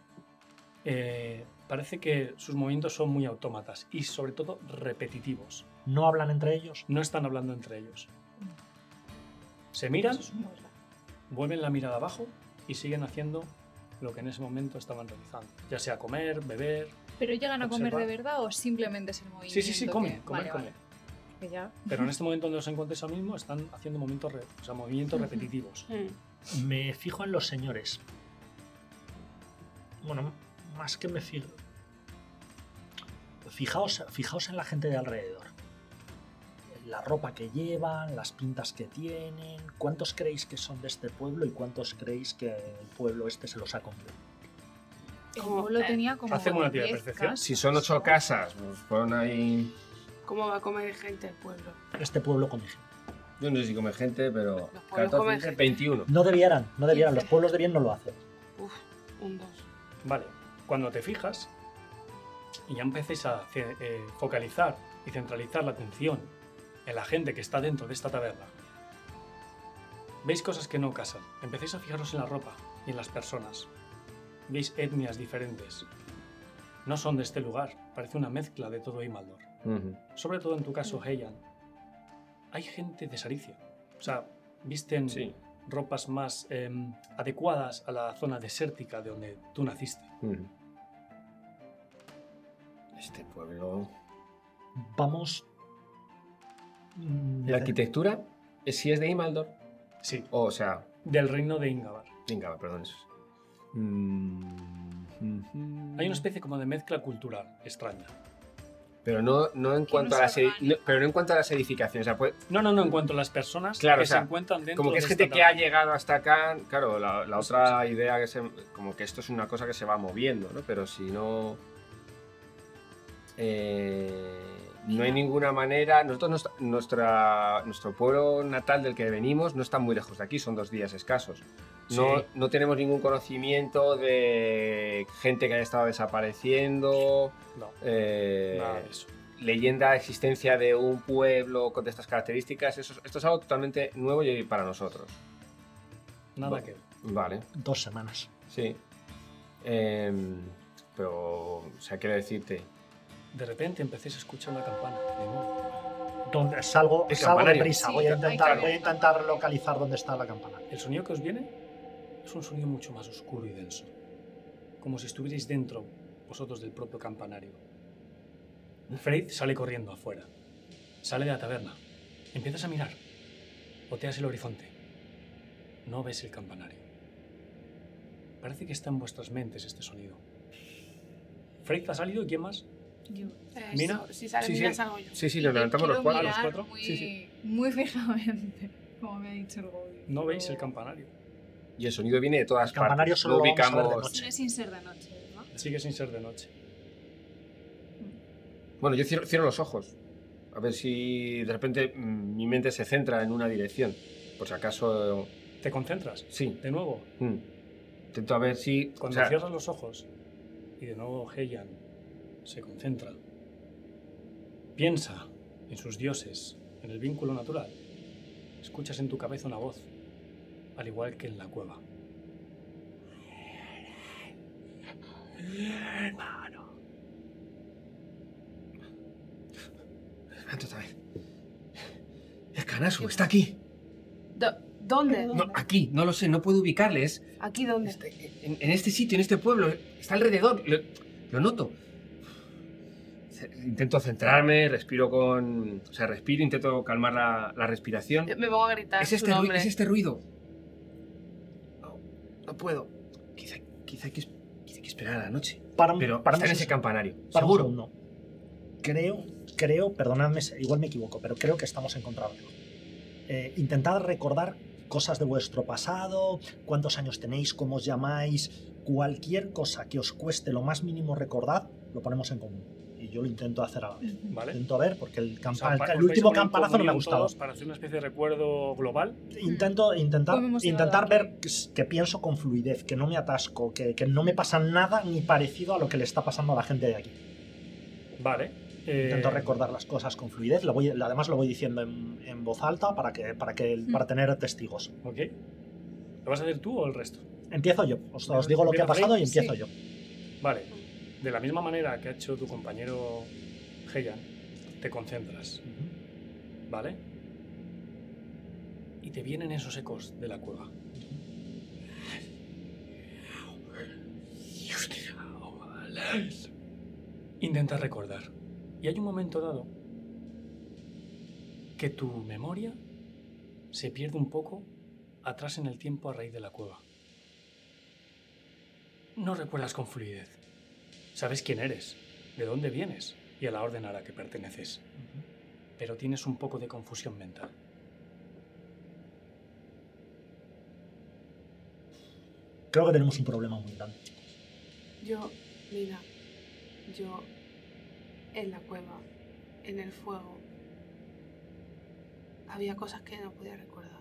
B: eh, parece que sus movimientos son muy autómatas y sobre todo repetitivos.
E: No hablan entre ellos.
B: No están hablando entre ellos. Se miran,
D: Eso es muy raro.
B: vuelven la mirada abajo y siguen haciendo lo que en ese momento estaban realizando, ya sea comer, beber.
D: ¿Pero llegan a comer de
B: Observar.
D: verdad o simplemente es el movimiento?
B: Sí, sí, sí, comen,
D: que-
B: comen,
D: Vale,
B: comen.
D: vale. Que ya.
B: Pero en este momento donde os encontréis ahora mismo están haciendo momentos re- o sea, movimientos
D: Ujú.
B: repetitivos.
F: Mm.
E: Me fijo en los señores. Bueno, más que me fijo. Fijaos, fijaos en la gente de alrededor. La ropa que llevan, las pintas que tienen. ¿Cuántos creéis que son de este pueblo y cuántos creéis que el pueblo este se los ha comido?
D: El
F: Como-
D: pueblo tenía como.
B: Hacen una tira de
D: 10
B: percepción.
D: casas.
C: Si son ocho casas, pues pon ahí.
F: ¿Cómo va a comer gente el pueblo?
E: Este pueblo come gente.
C: Yo no sé si come gente, pero.
F: pueblos comen
C: 14,
F: gente.
C: 21.
E: No debieran, no debieran. Los pueblos de bien no lo hacen.
F: Uf, un dos.
B: Vale, cuando te fijas y ya empecéis a ce- eh, focalizar y centralizar la atención en la gente que está dentro de esta taberna, veis cosas que no casan. Empecéis a fijaros en la ropa y en las personas. Veis etnias diferentes. No son de este lugar, parece una mezcla de todo Imaldor.
C: Ujú.
B: Sobre todo en tu caso, Heian. Hay gente de Saricia. O sea, visten
C: Sí.
B: ropas más em, adecuadas a la zona desértica de donde tú naciste.
C: Ujú. Este pueblo.
E: Vamos. Mm,
C: La arquitectura, eh, si es de Imaldor.
B: Sí,
C: O, o sea,
B: del reino de Ingabar.
C: Venga, perdón. eso es. Mm.
B: Hay una especie como de mezcla cultural extraña.
C: Pero no, no en cuanto a las edi-
D: orgánico.
C: no- pero no en cuanto a las edificaciones. O sea, puede-
B: No, no, no, en cuanto a las personas
C: Claro,
B: que
C: o sea,
B: se encuentran dentro
C: como que
B: de
C: es
B: esta
C: gente que ha
B: taberna.
C: llegado hasta acá. Claro, la, la otra idea que se, como que esto es una cosa que se va moviendo, ¿no? Pero si no. eh, No hay ninguna manera. Nosotros, no está- nuestra, nuestro pueblo natal del que venimos no está muy lejos de aquí, son dos días escasos. No,
I: Sí.
C: no tenemos ningún conocimiento de gente que haya estado desapareciendo,
I: No,
C: eh,
I: nada de eso.
C: leyenda, existencia de un pueblo con de estas características. Eso, es- esto es algo totalmente nuevo y para nosotros.
B: Nada
C: Bueno.
B: que ver.
C: Vale.
E: Dos semanas.
C: Sí. Em, pero, o sea, quiero decirte.
B: De repente empecéis a escuchar la campana. de nuevo.
E: Donde- salgo,
C: El
E: salgo de
C: campanario.
E: prisa.
D: Sí,
E: Voy a,
D: hay que
E: intentar,
D: ver.
E: voy a intentar localizar dónde está la campana.
B: El sonido que os viene es un sonido mucho más oscuro y denso. Como si estuvierais dentro vosotros del propio campanario. Fred sale corriendo afuera. Sale de la taberna. Empiezas a mirar. Oteas el horizonte. No ves el campanario. Parece que está en vuestras mentes este sonido. Fred ha salido y ¿quién más?
D: Yo
F: Eh,
B: Mina.
F: so- Si sale
C: Sí,
F: Mina,
C: sí.
F: salgo yo.
C: Sí, sí, lo levantamos los
D: quiero
C: cuatro.
D: mirar
I: los cuatro.
D: Muy,
C: Sí, sí.
D: muy [LAUGHS] fijamente, como me ha dicho el Gobi.
B: No veis el campanario.
C: Y el sonido viene de todas
E: El campanario
C: partes.
E: solo
C: Lo
E: lo vamos a ver de
C: ubicamos.
E: noche.
D: No es sin ser de noche, ¿no?
B: Sigue sin ser de noche.
C: Bueno, yo cierro, cierro los ojos. A ver si de repente mm, mi mente se centra en una dirección. Por si acaso.
B: ¿Te concentras?
C: Sí.
B: De nuevo,
C: mm. Intento a ver si. o
B: Cuando
C: sea,
B: cierras los ojos y de nuevo Heian se concentra, piensa en sus dioses, en el vínculo natural, escuchas en tu cabeza una voz, al igual que en la cueva.
C: Levanto otra vez. El Kanasu está aquí.
F: Do- ¿Dónde?
C: No, aquí, no lo sé, no puedo ubicarles.
F: ¿Aquí dónde?
C: Este- en, en este sitio, en este pueblo, está alrededor, lo, lo noto. Ce- Intento centrarme, respiro con. O sea, respiro, intento calmar la, la respiración.
D: Eh,
F: Me pongo a gritar
C: Es
F: su
C: este, ruido,
F: nombre.
C: es este ruido. No, no puedo. Quizá, quizá, hay que, es- quizá hay que esperar a la noche.
E: Para,
C: Pero
E: para
C: está en ese campanario.
E: Para
C: seguro.
E: un segundo. Creo, creo, perdonadme, igual me equivoco, pero creo que estamos encontrando. Eh, intentad recordar cosas de vuestro pasado, cuántos años tenéis, cómo os llamáis, cualquier cosa que os cueste lo más mínimo recordar, lo ponemos en común. Y yo lo intento hacer ahora.
B: ¿Vale?
E: Intento ver, porque el,
B: O
E: campa-
B: sea,
E: el-
B: pa-
E: el
B: os vais
E: último
B: poniendo
E: campanazo no me ha
B: comunión
E: gustado.
B: todos Para hacer una especie de recuerdo global,
E: Intento, intentar,
D: Muy emocionada.
E: intentar ver que, s- que pienso con fluidez, que no me atasco, que, que no me pasa nada ni parecido a lo que le está pasando a la gente de aquí.
B: vale. eh,
E: Intento recordar las cosas con fluidez. Lo voy, además lo voy diciendo en, en voz alta para que para que
D: Mm.
E: para tener testigos.
B: ¿Ok? ¿Lo vas a hacer tú o el resto?
E: Empiezo yo. Os, os
B: Bien,
E: digo lo que ha
B: empieza
E: pasado
B: Rey.
E: y empiezo
D: Sí.
E: yo.
B: Vale. De la misma manera que ha hecho tu compañero Heian, te concentras. ¿Vale? Y te vienen esos ecos de la cueva. Intenta recordar. Y hay un momento dado que tu memoria se pierde un poco atrás en el tiempo a raíz de la cueva. No recuerdas con fluidez. Sabes quién eres, de dónde vienes y a la orden a la que perteneces pero tienes un poco de confusión mental.
E: Creo que tenemos un problema muy grande.
F: Yo, mira, yo en la cueva, en el fuego, había cosas que no podía recordar.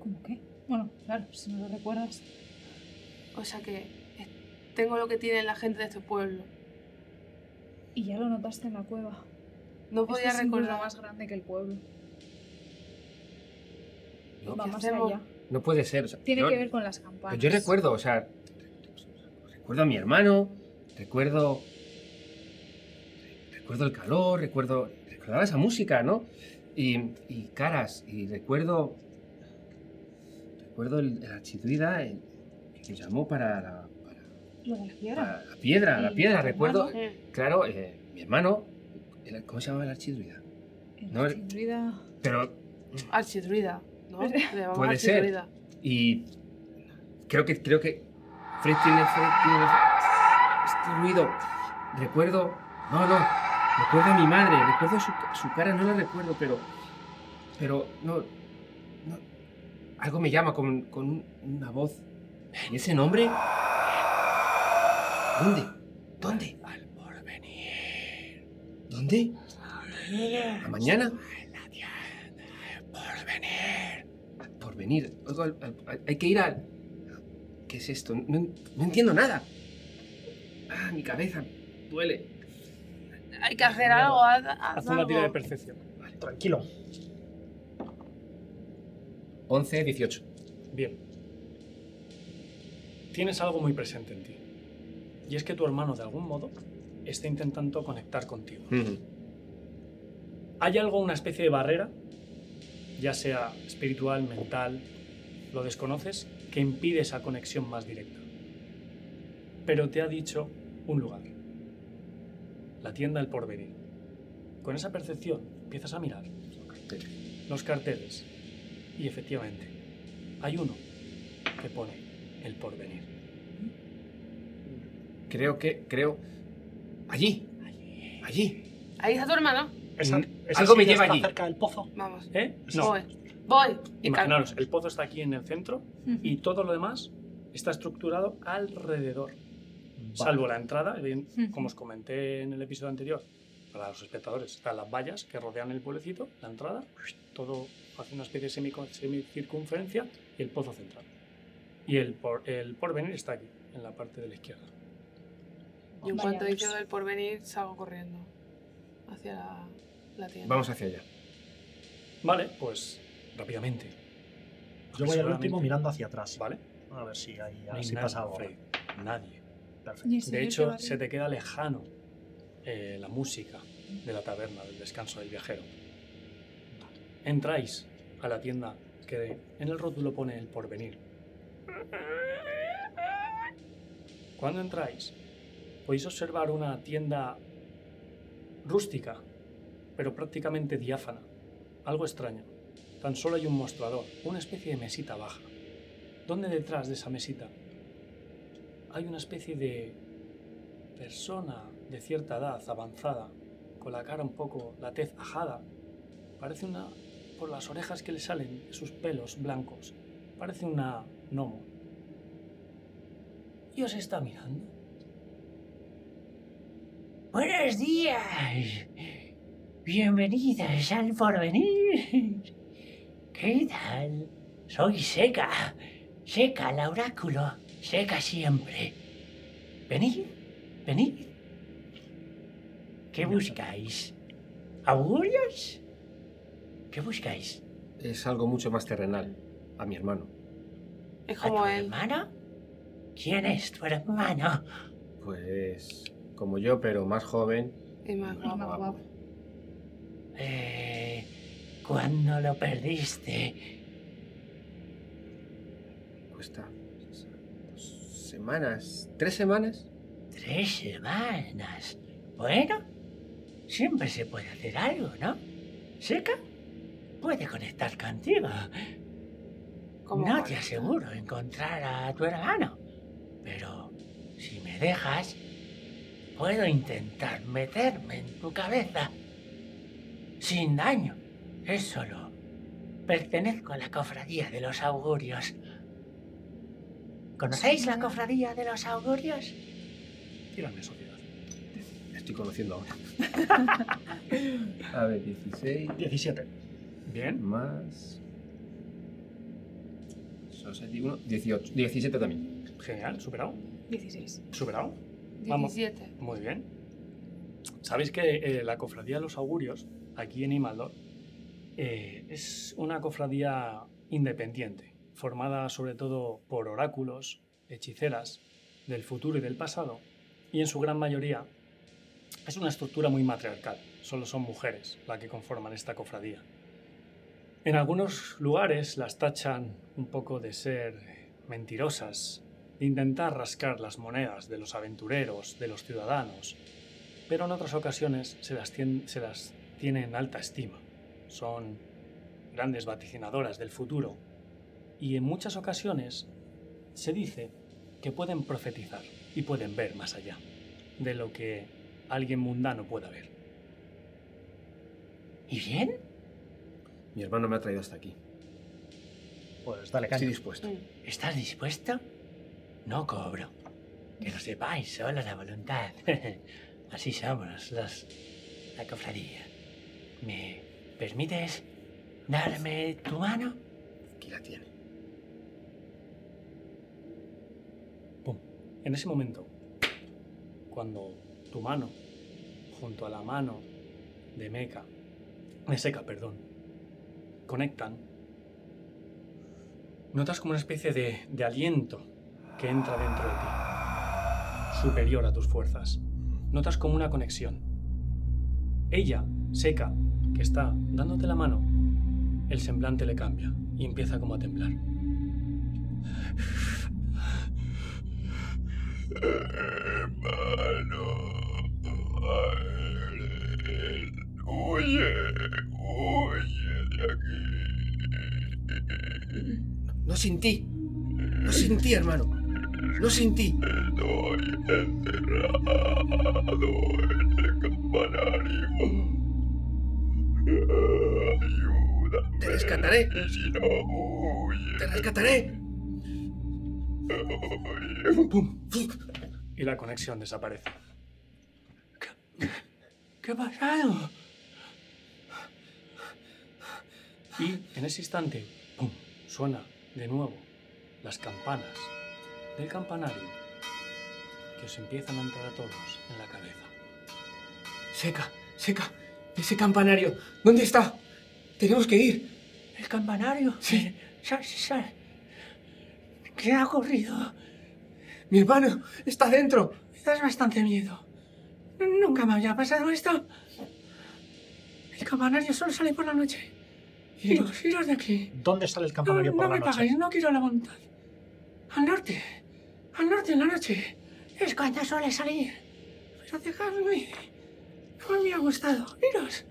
D: ¿Cómo qué? Bueno, claro, si no lo recuerdas.
F: O sea que es- tengo lo que tiene la gente de este pueblo.
D: Y ya lo notaste en la cueva.
F: No
D: Este
F: podía
D: símbolo
F: recordar
D: más grande que el pueblo.
C: No,
D: Va
F: ¿qué
D: más
F: hacemos?
D: allá.
C: no puede ser. o sea,
D: Tiene
C: yo,
D: que ver con las campanas.
C: Pues Yo recuerdo, o sea. Recuerdo a mi hermano, recuerdo. Recuerdo el calor, recuerdo. Recordaba esa música, ¿no? Y, y caras, y recuerdo. Recuerdo el, el archidruida el- que llamó para la, para-
D: Lo de la piedra.
C: para la piedra, la
D: ¿Y
C: piedra,
D: tu
C: recuerdo.
D: hermano?
F: Mm.
C: Claro, eh, mi hermano. el- ¿Cómo se llamaba el archidruida?
D: El
C: no, el-
D: archidruida.
C: Pero.
F: Archidruida, ¿no? Le llamamos
C: Puede ser.
F: archidruida.
C: Y. Creo que. Creo que. Fred tiene. Fred tiene. Este ruido. Recuerdo. No, no. Recuerdo a mi madre. Recuerdo su, su cara. No la recuerdo, pero. Pero. No. no algo me llama con, con un- una voz. ¿Y ese nombre? ¿Dónde? ¿Dónde?
B: Al porvenir.
C: ¿Dónde? ¿A mañana?
J: Por venir.
C: Por venir. Oigo, al- al- hay que ir al. ¿Qué es esto? No, en- no entiendo nada. Ah, mi cabeza. Duele.
F: Hay que hacer algo. haz- haz
B: Haz una tira de
F: algo.
B: percepción.
E: Tranquilo.
C: 11, 18.
B: Bien. Tienes algo muy presente en ti. Y es que tu hermano, de algún modo, está intentando conectar contigo. Hay algo, una especie de barrera, ya sea espiritual, mental, lo desconoces, que impide esa conexión más directa. Pero te ha dicho un lugar. La tienda El Porvenir. Con esa percepción empiezas a mirar los carteles. Y efectivamente, hay uno que pone El Porvenir.
C: Creo que. Creo. Allí. Allí.
F: Ahí está tu hermano.
B: Esa- esa
C: Mm, algo me
B: silla
C: lleva
B: está
C: allí.
B: cerca del pozo.
F: Vamos.
B: ¿Eh? No.
F: Voy. Voy. Oh, Y calma.
B: Imaginaros, el pozo está aquí en el centro y todo lo demás está estructurado alrededor, salvo la entrada, bien,
D: Ujú.
B: como os comenté en el episodio anterior, para los espectadores, están las vallas que rodean el pueblecito, la entrada, todo hace una especie de semico- semicircunferencia y el pozo central. Y el, por, el porvenir está aquí, en la parte de la izquierda.
F: Yo en cuanto he
D: Vayamos.
F: dicho el porvenir, salgo corriendo hacia la, la tienda.
C: Vamos hacia allá.
B: Vale, pues rápidamente.
E: Yo voy al último
B: Apresuradamente.
E: mirando hacia atrás.
B: Vale,
E: A ver si hay, a
B: No
E: ver
B: hay
E: si
B: nadie,
E: pasa algo.
B: Fred, nadie.
E: Perfecto.
D: ¿Y el señor
B: De
D: que
B: hecho,
D: barre?
B: se te queda lejano eh, la música de la taberna, del descanso del viajero. Entráis a la tienda que en el rótulo pone el porvenir. Cuando entráis, podéis observar una tienda rústica, pero prácticamente diáfana. Algo extraño. Tan solo hay un mostrador, una especie de mesita baja, donde detrás de esa mesita hay una especie de persona de cierta edad avanzada, con la cara un poco, la tez ajada. Parece una, por las orejas que le salen, sus pelos blancos, parece una gnomo. Y os está mirando.
G: Buenos días. Bienvenidas al porvenir. ¿Qué tal? Soy Seca. Seca el oráculo. Seca siempre. Venid, venid. ¿Qué buscáis? ¿Augurios? ¿Qué buscáis?
C: Es algo mucho más terrenal. A mi hermano.
F: Es
G: ¿A tu
F: como él.
G: hermano? ¿Quién es tu hermano?
C: Pues. Como yo, pero más joven.
F: Y más
C: Bueno,
F: guapo.
D: más
C: guapo.
G: Eh, ¿Cuándo lo perdiste?
C: Cuesta. Dos semanas. ¿Tres semanas?
G: Tres semanas. Bueno, siempre se puede hacer algo, ¿no? Seca puede conectar contigo.
F: Como
G: no
F: guapo.
G: te aseguro encontrar a tu hermano, pero si me dejas, puedo intentar meterme en tu cabeza sin daño. Es solo. Pertenezco a la cofradía de los augurios. ¿Conocéis la cofradía de los augurios?
B: Tírame sociedad.
C: La estoy conociendo ahora. A ver, 16
E: 17.
B: Bien.
C: más. Society 1, 18. 17 también.
B: Genial, superado.
D: [LAUGHS] 16.
B: Superado. Vamos.
F: 17.
B: Muy bien. Sabéis que eh, la cofradía de los augurios, aquí en Imaldor, eh, es una cofradía independiente, formada sobre todo por oráculos, hechiceras del futuro y del pasado, y en su gran mayoría es una estructura muy matriarcal, solo son mujeres las que conforman esta cofradía. En algunos lugares las tachan un poco de ser eh, mentirosas, de intentar rascar las monedas de los aventureros, de los ciudadanos, pero en otras ocasiones se las, tien- se las tiene en alta estima. Son grandes vaticinadoras del futuro y en muchas ocasiones se dice que pueden profetizar y pueden ver más allá de lo que alguien mundano pueda ver.
G: ¿Y bien?
C: Mi hermano me ha traído hasta aquí.
E: Pues dale,
C: Estoy
E: caña.
C: dispuesto.
F: Mm.
G: ¿Estás dispuesto? No cobro.
K: [LAUGHS]
G: Que lo sepáis, solo la voluntad. Así somos los
K: la cofradía. ¿Me permites darme tu mano?
C: Aquí la tiene.
G: En ese momento, cuando tu mano, junto a la mano de Meca, de Seca, perdón, conectan, notas como una especie de, de aliento que entra dentro de ti, superior a tus fuerzas. Notas como una conexión. Ella, Seca, que está dándote la mano, el semblante le cambia y empieza como a temblar.
C: No sin ti. No sin ti, hermano. No sin ti. Te rescataré. Te rescataré.
G: Y la conexión desaparece.
K: ¿Qué ha pasado?
G: Y en ese instante, ¡pum! suena de nuevo las campanas del campanario que os empiezan a entrar a todos en la cabeza.
C: Seca, seca. Ese campanario. ¿Dónde está? Tenemos que ir.
K: ¿El campanario? Sí. ¿Qué ha ocurrido?
C: Mi hermano está dentro.
K: Me das bastante miedo. Nunca me había pasado esto. El campanario solo sale por la noche. Iros, iros de aquí.
E: ¿Dónde sale el
K: No,
E: campanario
K: no
E: por la
K: me
E: noche?
K: pagáis, no quiero la voluntad. Al norte, al norte en la noche. Es cuando suele salir. Pero dejadme. No me ha gustado. Iros,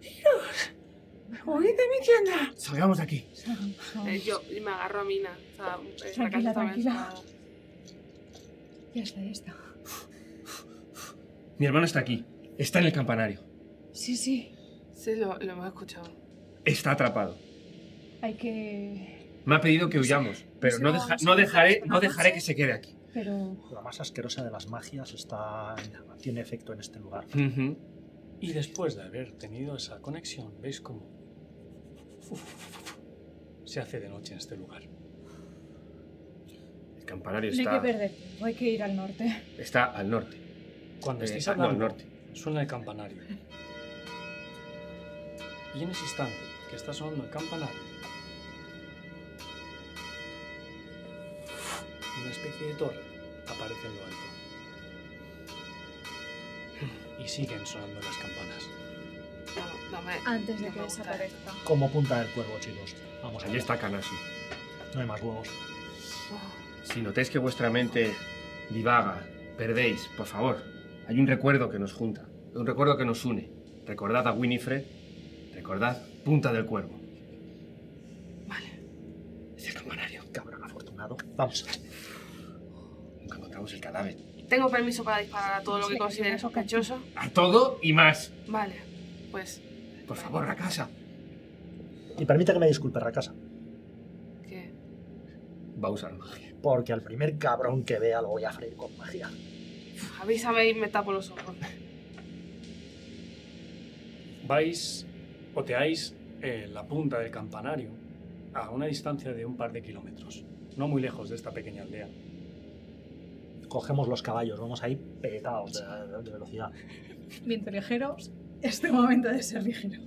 K: iros. Huid de mi tienda.
C: Salgamos de aquí.
F: Eh, yo y me agarro a Mina. O sea, esta
D: Tranquila,
F: casa también
D: tranquila.
F: está-
D: Ya está, ya está.
C: Mi hermano está aquí. Está en el campanario.
D: Sí, sí.
F: Sí, lo, lo hemos escuchado.
C: Está atrapado.
D: Hay que.
C: Me ha pedido que huyamos, pero
D: sí,
C: no,
D: no,
C: deja-
D: sí,
C: no
D: sí,
C: dejaré,
D: sí,
C: no
D: sí.
C: dejaré que se quede aquí.
D: Pero.
E: La más asquerosa de las magias está, tiene efecto en este lugar.
G: Y después de haber tenido esa conexión, veis cómo se hace de noche en este lugar.
C: El campanario
D: No hay que
C: está,
D: perder tiempo, hay que ir al norte.
C: está al norte.
G: Cuando
C: Eh,
G: estáis
C: ah, no, al
G: hablando,
C: norte.
G: suena el campanario. Y en ese instante que está sonando el campanario, una especie de torre aparece en lo alto. Y siguen sonando las campanas.
F: No, no me-
D: Antes de
F: no
D: que
F: me gusta.
D: desaparezca.
E: Como punta del cuervo, chicos. Vamos
C: Allí
E: allá.
C: está Kanashi.
E: No hay más huevos.
C: Si notáis que vuestra mente divaga, perdéis, por favor. Hay un recuerdo que nos junta, un recuerdo que nos une. Recordad a Winifred, recordad Punta del Cuervo.
E: Es el campanario, cabrón afortunado. Vamos.
C: Nunca encontramos el cadáver.
F: Tengo permiso para disparar a todo lo
D: Sí,
F: que considere
D: sí, sí.
F: sospechoso.
C: A todo y más.
F: Vale, pues.
C: Por favor, a casa.
E: Y permite que me disculpe, Rakasa.
F: eh, que-
C: Va a usar magia.
E: Porque al primer cabrón que vea lo voy a freír con magia.
F: Uf, avísame y me tapo los ojos. [LAUGHS]
G: Vais, oteáis eh, la punta del campanario a una distancia de un par de kilómetros, no muy lejos de esta pequeña aldea.
E: Cogemos los caballos, vamos ahí petados de, de velocidad.
D: Viento ligeros, este momento de ser ligero.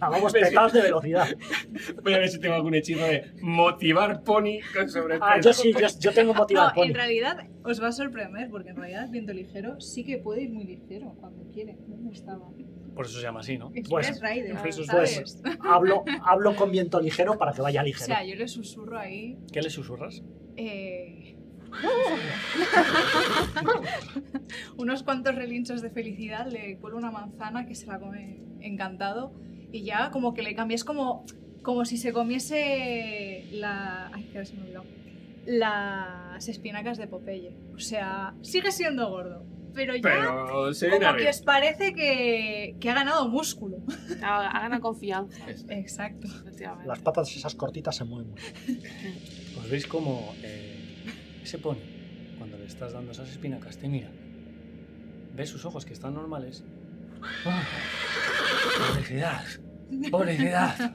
E: Ah, vamos petados de velocidad.
C: Voy a ver si tengo algún hechizo de motivar pony con
E: Ah, yo sí, yo, yo tengo motivado
D: No,
E: al
D: en
E: pony.
D: realidad os va a sorprender, porque en realidad viento ligero sí que puede ir muy ligero cuando quiere. ¿Dónde estaba?
G: Por eso se llama así, ¿no?
D: Es
E: Pues,
D: que es Rider,
G: pues,
D: ¿sabes?
E: Hablo, hablo con viento ligero para que vaya
D: O
E: ligero.
D: sea, yo le susurro ahí.
G: ¿Qué le susurras?
D: eh, [LAUGHS] unos cuantos relinchos de felicidad, le cuelo una manzana que se la come encantado y ya como que le cambias como, como si se comiese la... Ay, que ahora se me olvidó. Las espinacas de Popeye. O sea, sigue siendo gordo, pero ya...
C: Pero se viene
D: Como que
C: arriba.
D: os parece que, que ha ganado músculo. [LAUGHS]
F: Ha- Hagan a confianza,
D: Exacto.
F: efectivamente.
E: Las patas esas cortitas se mueven muy bien.
G: Pues veis como eh, ese pony, cuando le estás dando esas espinacas, te mira, Ves sus ojos que están normales.
K: Publicidad. Publicidad.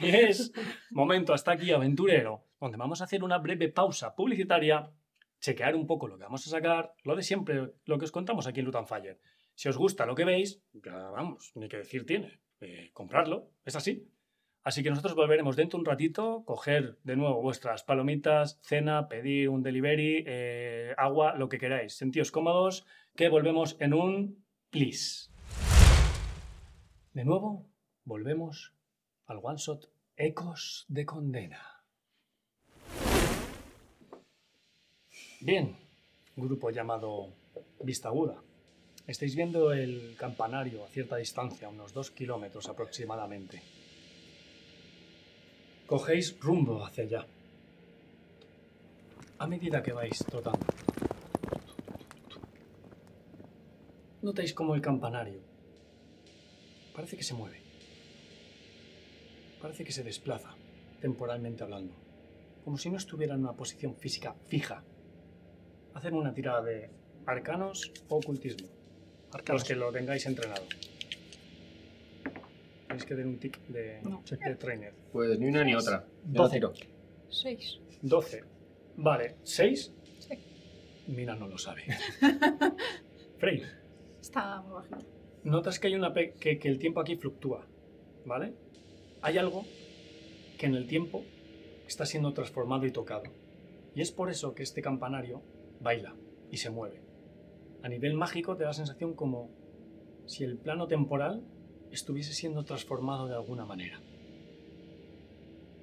G: Y es momento hasta aquí, aventurero, donde vamos a hacer una breve pausa publicitaria, chequear un poco lo que vamos a sacar, lo de siempre, lo que os contamos aquí en Lutan Fire. Si os gusta lo que veis, ya vamos, ni que decir tiene. Eh, comprarlo, es así. Así que nosotros volveremos dentro de un ratito, coger de nuevo vuestras palomitas, cena, pedir un delivery, eh, agua, lo que queráis. Sentíos cómodos, que volvemos en un please. De nuevo, volvemos al one shot Ecos de Condena. Bien, grupo llamado Vista Aguda. Estáis viendo el campanario a cierta distancia, unos dos kilómetros aproximadamente. Cogéis rumbo hacia allá. A medida que vais trotando, notáis como el campanario parece que se mueve parece que se desplaza, temporalmente hablando, como si no estuviera en una posición física fija. Hacerme una tirada de arcanos o ocultismo. Arcanos. Los que lo tengáis entrenado. Tenéis que tener un tic de,
D: No.
G: de trainer.
C: Pues ni una ni otra. Yo
G: Doce.
C: tiro.
D: Seis.
G: 12. Vale, 6.
D: Sí.
G: Mina no lo sabe. [LAUGHS] Frey,
D: Está muy bajito.
G: notas que hay una pe- que, que el tiempo aquí fluctúa, ¿vale? Hay algo que en el tiempo está siendo transformado y tocado. Y es por eso que este campanario baila y se mueve. A nivel mágico te da la sensación como si el plano temporal estuviese siendo transformado de alguna manera.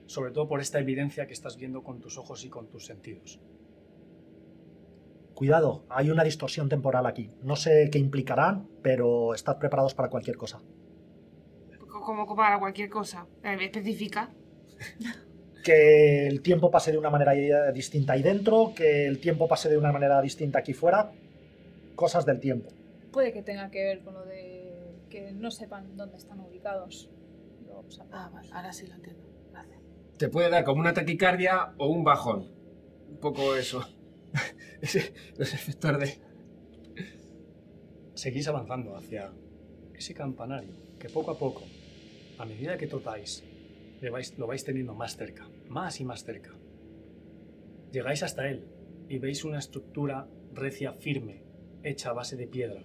G: Sobre todo por esta evidencia que estás viendo con tus ojos y con tus sentidos.
E: Cuidado, hay una distorsión temporal aquí. No sé qué implicará, pero estad preparados para cualquier cosa.
F: Como para cualquier cosa. Eh, especifica.
E: Que el tiempo pase de una manera eh, distinta ahí dentro, que el tiempo pase de una manera distinta aquí fuera. Cosas del tiempo.
D: Puede que tenga que ver con lo de que no sepan dónde están ubicados. Lo sabremos.
F: Ah, vale, ahora sí lo entiendo. Gracias.
C: Te puede dar como una taquicardia o un bajón. Un poco eso. Ese- Los efectos de.
G: seguís avanzando hacia ese campanario que poco a poco, a medida que trotáis, le vais- lo vais teniendo más cerca, más y más cerca. Llegáis hasta él y veis una estructura recia firme, hecha a base de piedra,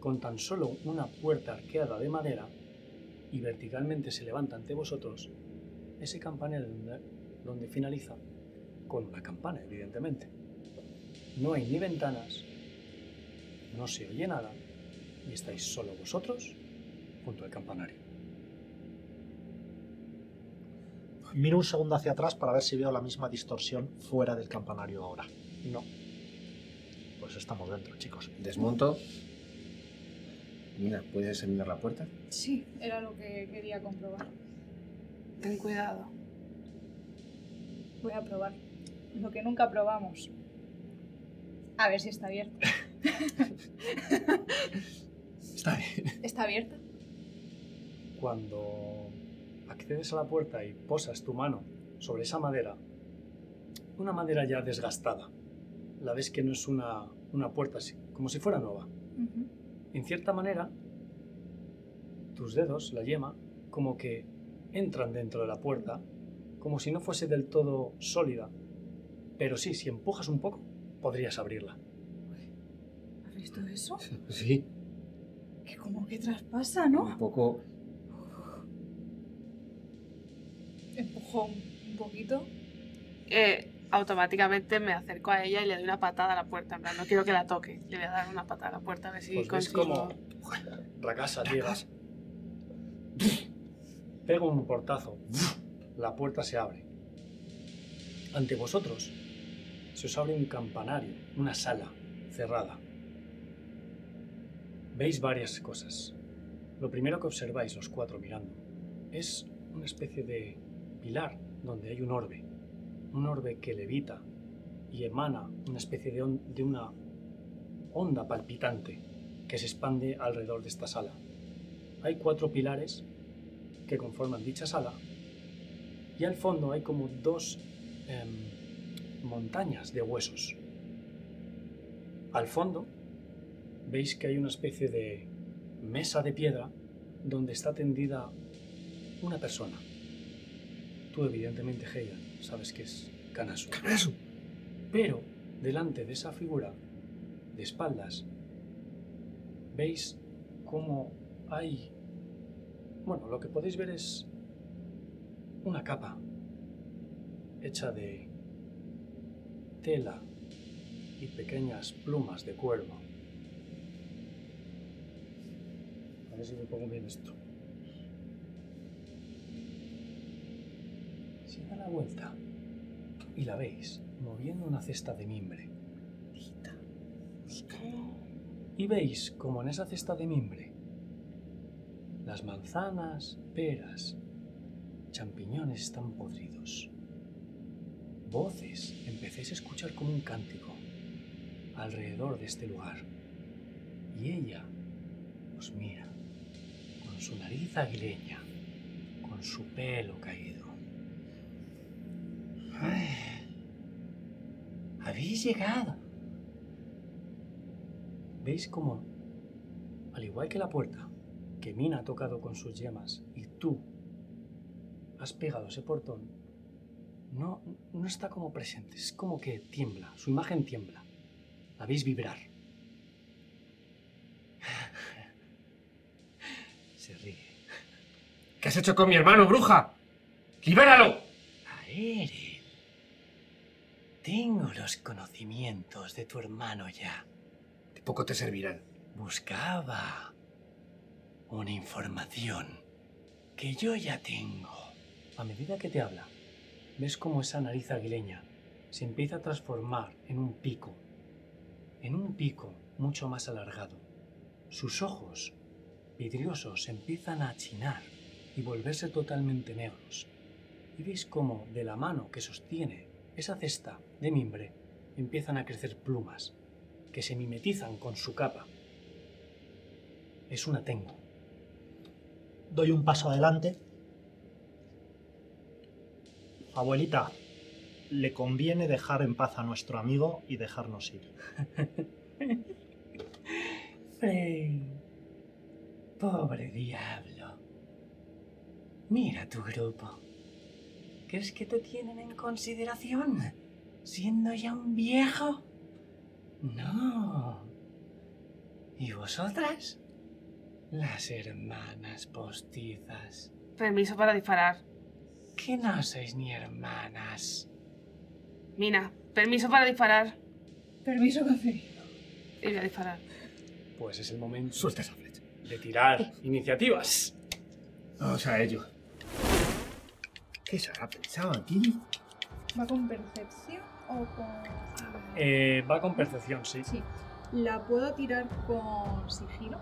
G: con tan solo una puerta arqueada de madera y verticalmente se levanta ante vosotros ese campanario donde- donde finaliza con una campana, evidentemente. No hay ni ventanas, no se oye nada y estáis solo vosotros junto al campanario.
E: Miro un segundo hacia atrás para ver si veo la misma distorsión fuera del campanario ahora.
G: No.
E: Pues estamos dentro, chicos.
C: Desmonto. Mira, ¿puedes enmendar la puerta?
D: Sí, era lo que quería comprobar.
F: Ten cuidado.
D: Voy a probar lo que nunca probamos. A ver si está abierta.
C: [LAUGHS] Está bien.
D: ¿Está abierta?
G: Cuando accedes a la puerta y posas tu mano sobre esa madera, una madera ya desgastada, la ves que no es una, una puerta así, como si fuera nueva. En cierta manera, tus dedos, la yema, como que entran dentro de la puerta, como si no fuese del todo sólida. Pero sí, si empujas un poco, podrías abrirla.
D: ¿Has visto eso?
C: Sí.
D: Que como que traspasa,
C: Un poco.
D: Empujó un poquito.
F: Eh, automáticamente me acerco a ella y le doy una patada a la puerta. En plan, no quiero que la toque. Le voy a dar una patada a la puerta a ver si
G: Pues ves
F: consigo.
G: como Racasa llega. Pega un portazo. La puerta se abre. Ante vosotros se os abre un campanario, una sala cerrada. Veis varias cosas. Lo primero que observáis los cuatro mirando es una especie de pilar donde hay un orbe. Un orbe que levita y emana una especie de, on- de una onda palpitante que se expande alrededor de esta sala. Hay cuatro pilares que conforman dicha sala y al fondo hay como dos em, montañas de huesos. Al fondo veis que hay una especie de mesa de piedra donde está tendida una persona. Tú, evidentemente, Heidan, sabes que es Kanasu. Pero delante de esa figura, de espaldas, veis cómo hay... Bueno, lo que podéis ver es una capa hecha de tela y pequeñas plumas de cuervo. A ver si me pongo bien esto. Se da la vuelta y la veis moviendo una cesta de mimbre. Y veis como en esa cesta de mimbre las manzanas, peras, champiñones están podridos. Voces empecéis a escuchar como un cántico alrededor de este lugar. Y ella os mira con su nariz aguileña, con su pelo caído.
K: Habéis llegado.
G: ¿Veis cómo, al igual que la puerta, que Mina ha tocado con sus yemas y tú has pegado ese portón, no, no está como presente, es como que tiembla, su imagen tiembla. La veis vibrar. [LAUGHS] Se ríe.
C: ¿Qué has hecho con mi hermano, bruja? ¡Libéralo!
K: A Eren. Tengo los conocimientos de tu hermano ya.
C: De poco te servirán.
K: Buscaba una información que yo ya tengo.
G: A medida que te habla, ves cómo esa nariz aguileña se empieza a transformar en un pico, en un pico mucho más alargado. Sus ojos vidriosos empiezan a chinar y volverse totalmente negros. Y veis cómo de la mano que sostiene esa cesta de mimbre empiezan a crecer plumas que se mimetizan con su capa. Es una tengo.
E: Doy un paso adelante. Abuelita, le conviene dejar en paz a nuestro amigo y dejarnos ir.
K: Frey. Pobre diablo. Mira tu grupo. ¿Crees que te tienen en consideración? Siendo ya un viejo. No. ¿Y vosotras? Las hermanas postizas.
F: Permiso para disparar.
K: Que no sois ni hermanas.
F: Mina, permiso para disparar.
D: Permiso concedido.
F: Y voy a disparar.
G: Pues es el momento
C: Suelta esa flecha.
G: de tirar iniciativas.
C: Vamos a ello. ¿Qué se habrá pensado aquí?
D: ¿Va con percepción o con.? Ah,
G: Eh, va con percepción, sí.
D: Sí. La puedo tirar con sigilo.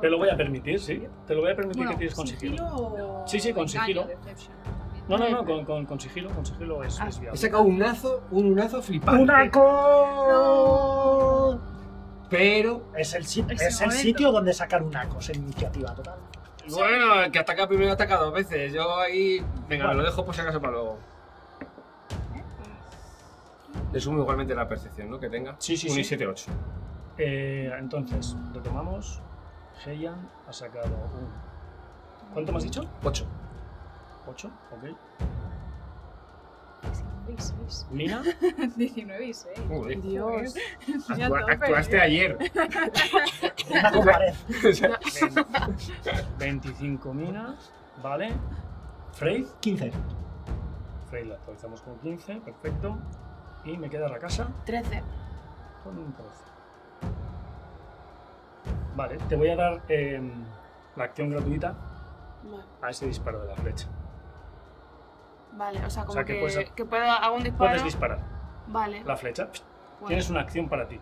G: Te lo voy a permitir, sí. Te lo voy a permitir
D: Bueno,
G: que tires con sigilo.
D: o-
G: Sí, sí, con
D: engaño,
G: sigilo.
D: deception.
G: No, no,
D: Eh.
G: no,
D: [LAUGHS]
G: con, con, con sigilo, con sigilo es,
F: Ah.
G: es
C: He
G: viable.
C: sacado un nazo, un unazo flipante.
E: ¡Unaco!
C: Pero.
E: Es el, sit-
D: Pues Ese
E: es el
D: momento.
E: sitio donde sacar unacos en iniciativa total.
C: Bueno, el que ataca primero ataca dos veces. Yo ahí. Venga, me
E: Vale.
C: lo dejo por si acaso para luego.
G: ¿Eh?
C: Le sumo igualmente la percepción, ¿no? Que tenga.
G: Sí, sí,
C: 1 y
G: sí.
C: 7, 8.
G: Eh, entonces, retomamos. Heian ha sacado un. ¿Cuánto me has dicho?
C: 8.
G: 8, ok.
D: 19 y seis.
G: Mina,
D: 19 y 6. [LAUGHS]
F: Dios.
C: actuaste
G: ¿eh?
C: ayer.
G: [LAUGHS]
C: [LAUGHS]
E: Una con pared.
C: O sea,
G: 25 Mina, vale. Frey,
E: 15.
G: Frey la actualizamos con 15, perfecto. Y me queda la casa
F: 13.
G: con un 13. Vale, te voy a dar em, la acción gratuita
F: Vale.
G: a ese disparo de la flecha.
F: Vale, o sea, como
G: sea, que
F: que,
G: puedes-
F: que puedo hago un
G: Puedes
F: disparo.
G: disparar
F: vale.
G: la flecha.
F: bueno.
G: Tienes una acción para ti.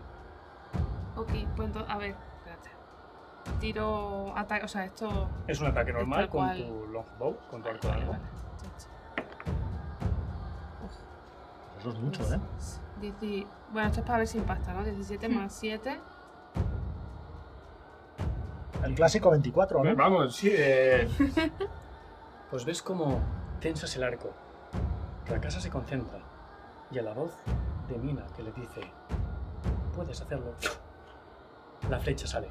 F: Ok, pues entonces, a ver, espérate. Tiro ataque, o sea, esto.
G: Es un ataque normal
F: tal
G: con
F: cual.
G: tu longbow, con tu
F: Vale,
G: arco
F: vale,
G: largo.
F: vale. Chacha.
E: Eso es mucho, ¿eh? Hmm.
F: Dieci- Bueno, esto es para ver si impacta, ¿no? 17 más 7.
E: El clásico 24, ¿no?
C: Pues Vamos, sí. eh,
G: Pues ves cómo tensas el arco. La casa se concentra y a la voz de Mina que le dice, puedes hacerlo, La flecha sale.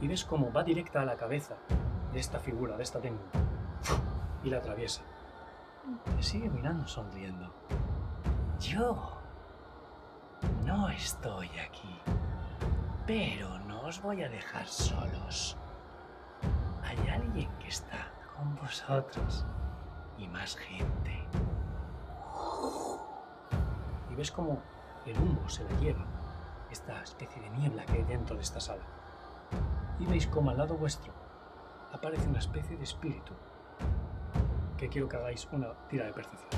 G: Y ves cómo va directa a la cabeza de esta figura, de esta técnica. Y la atraviesa. Te sigue mirando sonriendo.
K: Yo no estoy aquí, pero no os voy a dejar solos. Hay alguien que está con vosotros y más gente.
G: Y ves cómo el humo se la lleva. Esta especie de niebla que hay dentro de esta sala. Y veis como al lado vuestro aparece una especie de espíritu. Que quiero que hagáis una tira de percepción.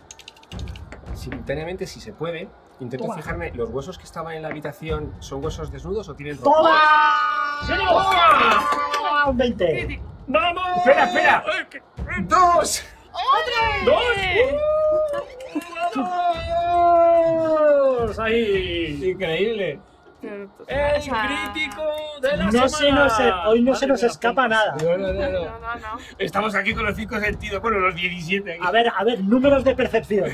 C: [LAUGHS] Simultáneamente, si se puede, intento
D: Toma.
C: fijarme, ¿los huesos que estaban en la habitación son huesos desnudos o tienen ropa?
E: ¡Toma! ¡Toma! Un 20.
F: Crítico.
B: ¡Vamos!
C: Espera, espera.
B: Ay, que-
C: ¡Dos! [LAUGHS]
B: ¡Vamos! ¡Ahí!
C: ¡Increíble!
B: ¡El
F: O sea,
B: crítico de la
E: No se
B: semana!
E: nos, e- hoy no se
B: Madre
E: nos
B: mía,
E: escapa
B: puntos.
E: nada.
C: No, no, no,
F: No,
C: no.
F: no, no.
C: Estamos aquí con los 5 sentidos, bueno, los 17 aquí.
E: A ver, a ver, números de percepción.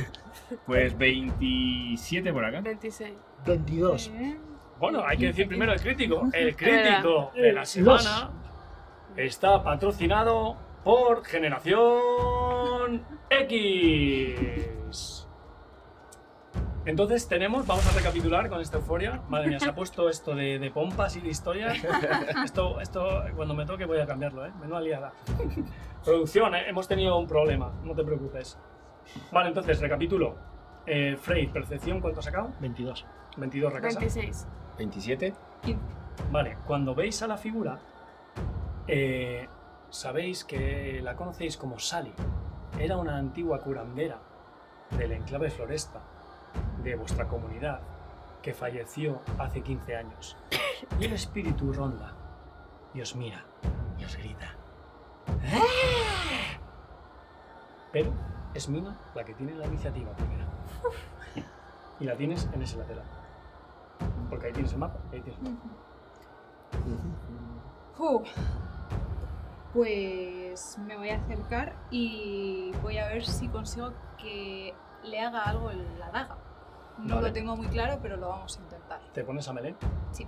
C: Pues 27 por acá.
F: 26.
E: 22.
B: Bueno, hay que decir primero el crítico. El
F: Espera.
B: crítico de la semana está patrocinado por Generación X. Entonces tenemos, vamos a recapitular con esta euforia. Madre mía, se ha puesto esto de, de pompas y de historias. Esto, esto, cuando me toque voy a cambiarlo, ¿eh? Menuda liada. Producción, ¿eh? hemos tenido un problema, no te preocupes. Vale, entonces, recapitulo. Eh, Frey, percepción, ¿cuánto ha sacado?
E: 22.
B: 22 recasa.
F: 26.
C: 27.
G: Vale, cuando veis a la figura, eh, sabéis que la conocéis como Sally. Era una antigua curandera del enclave Floresta de vuestra comunidad que falleció hace 15 años. Y el espíritu ronda y os mira y os grita. Pero es Mina la que tiene la iniciativa primero. Y la tienes en ese lateral. Porque ahí tienes el mapa. Ahí tienes el mapa.
D: Uf. Pues me voy a acercar y voy a ver si consigo que le haga algo el- la daga. No
G: Vale.
D: lo tengo muy claro, pero lo vamos a intentar.
G: ¿Te pones a melee?
D: Sí.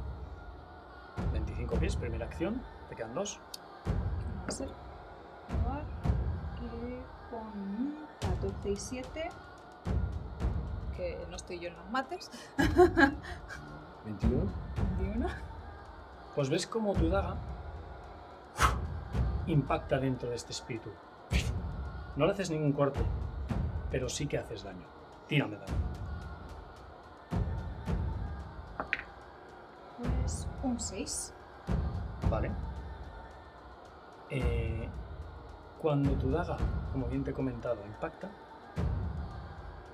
G: 25 pies, primera acción. Te quedan dos.
D: ¿Qué va a ser? Probar que con 14 y 7, que no estoy yo en los mates,
C: 21.
D: [LAUGHS] 21.
G: Pues ves cómo tu daga impacta dentro de este espíritu. No le haces ningún corte, pero sí que haces daño. Tírame daño.
D: Pues un 6.
G: Vale. Eh, cuando tu daga, como bien te he comentado, impacta,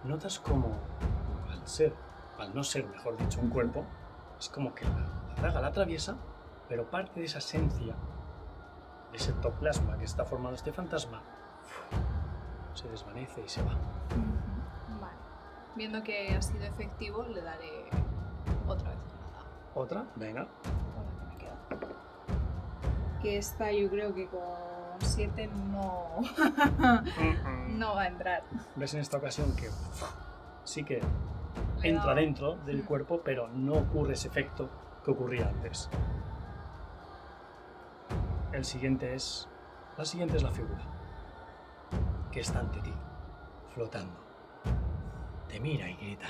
G: notas como, al ser, al no ser, mejor dicho, un cuerpo, es como que la, la daga la atraviesa, pero parte de esa esencia, de ese ectoplasma que está formando este fantasma, se desvanece y se va.
D: Vale. Viendo que ha sido efectivo, le daré otra vez con la daga.
G: Otra, venga.
D: con la que me quedo. Que esta yo creo que con 7 no, [LAUGHS] no va a entrar.
G: Ves en esta ocasión que sí que
D: Le
G: entra ¿eh?
D: da-
G: dentro del
D: Mm.
G: cuerpo, pero no ocurre ese efecto que ocurría antes. El siguiente es. La siguiente es la figura. Que está ante ti, flotando. Te mira y grita.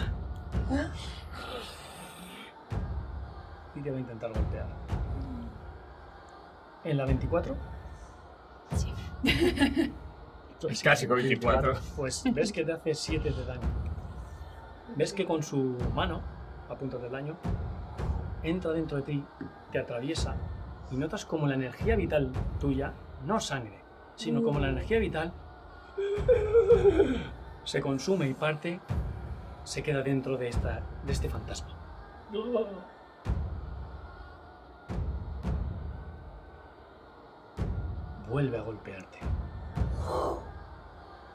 G: Y te va a intentar golpear. En la 24,
D: Sí.
G: pues,
C: Casi con 24.
E: [LAUGHS]
G: Pues ves que te hace 7 de daño. Ves que con su mano, a punto del daño, entra dentro de ti, te atraviesa y notas como la energía vital tuya, no sangre, sino como la energía vital se consume y parte, se queda dentro de, esta, de este fantasma. Vuelve a golpearte.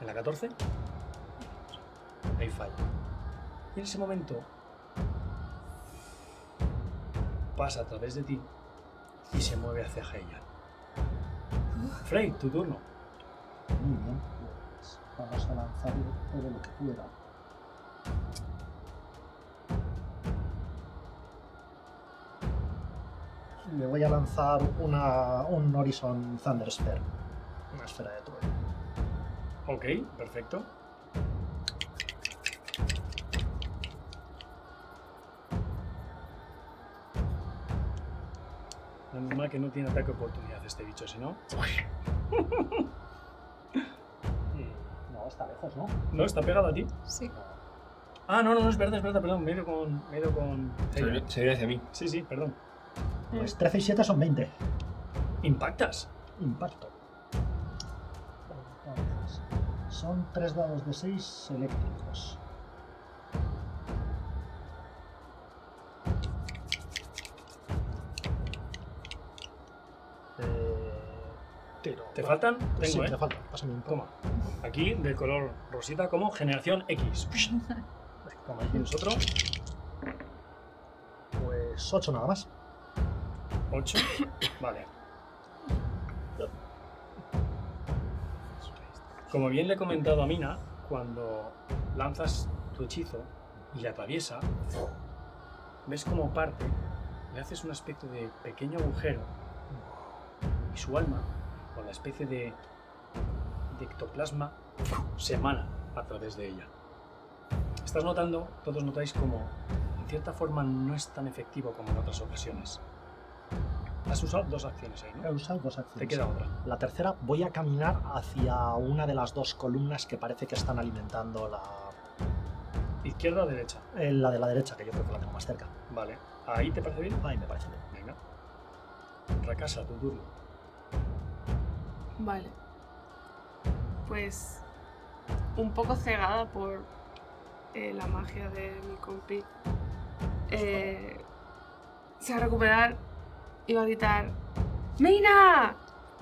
G: En la 14, ahí falla. Y en ese momento pasa a través de ti y se mueve hacia Heian. Frey, tu turno.
E: Muy bien. pues vamos a lanzarle todo lo que pueda. y le voy a lanzar una, un Horizon Thunder Sphere. Una esfera de trueno.
G: Ok, perfecto. Menos mal que no tiene ataque oportunidad este bicho, si no.
E: No, está lejos, ¿no?
G: No, está pegado a ti.
D: Sí.
G: Ah, no, no, no, es verdad, es verdad, perdón. Me he ido con. Me he ido con.
C: Se viene- Se viene hacia mí.
G: Sí, sí, perdón.
E: Pues 13 y 7 son 20.
G: Impactas.
E: Impacto. Entonces, son 3 dados de 6 eléctricos. Eh, tiro.
G: ¿Te
E: Vale.
G: faltan?
E: Pues
G: Tengo,
E: sí,
G: eh.
E: te falta. Pásame un poco.
G: Toma. Aquí, de color rosita, como generación X. Toma, ahí tienes otro.
E: Pues 8 nada más.
G: 8. [COUGHS] Vale. Como bien le he comentado a Mina, cuando lanzas tu hechizo y la atraviesa, ves como parte, le haces una especie de pequeño agujero y su alma, con la especie de, de ectoplasma, se emana a través de ella. Estás notando, todos notáis como, en cierta forma, no es tan efectivo como en otras ocasiones. Has usado dos acciones ahí,
E: He
G: ¿no?
E: usado dos acciones.
G: Te queda otra.
E: La tercera, voy a caminar hacia una de las dos columnas que parece que están alimentando la,
G: Izquierda o derecha.
E: eh, la de la derecha, que yo creo que la tengo más cerca.
G: Vale. ¿Ahí te parece bien?
E: Ahí me parece bien.
G: Venga. Fracasa tu turno.
F: Vale. Pues un poco cegada por eh, la magia de mi compi. eh, se va a recuperar y va a gritar ¡Mina!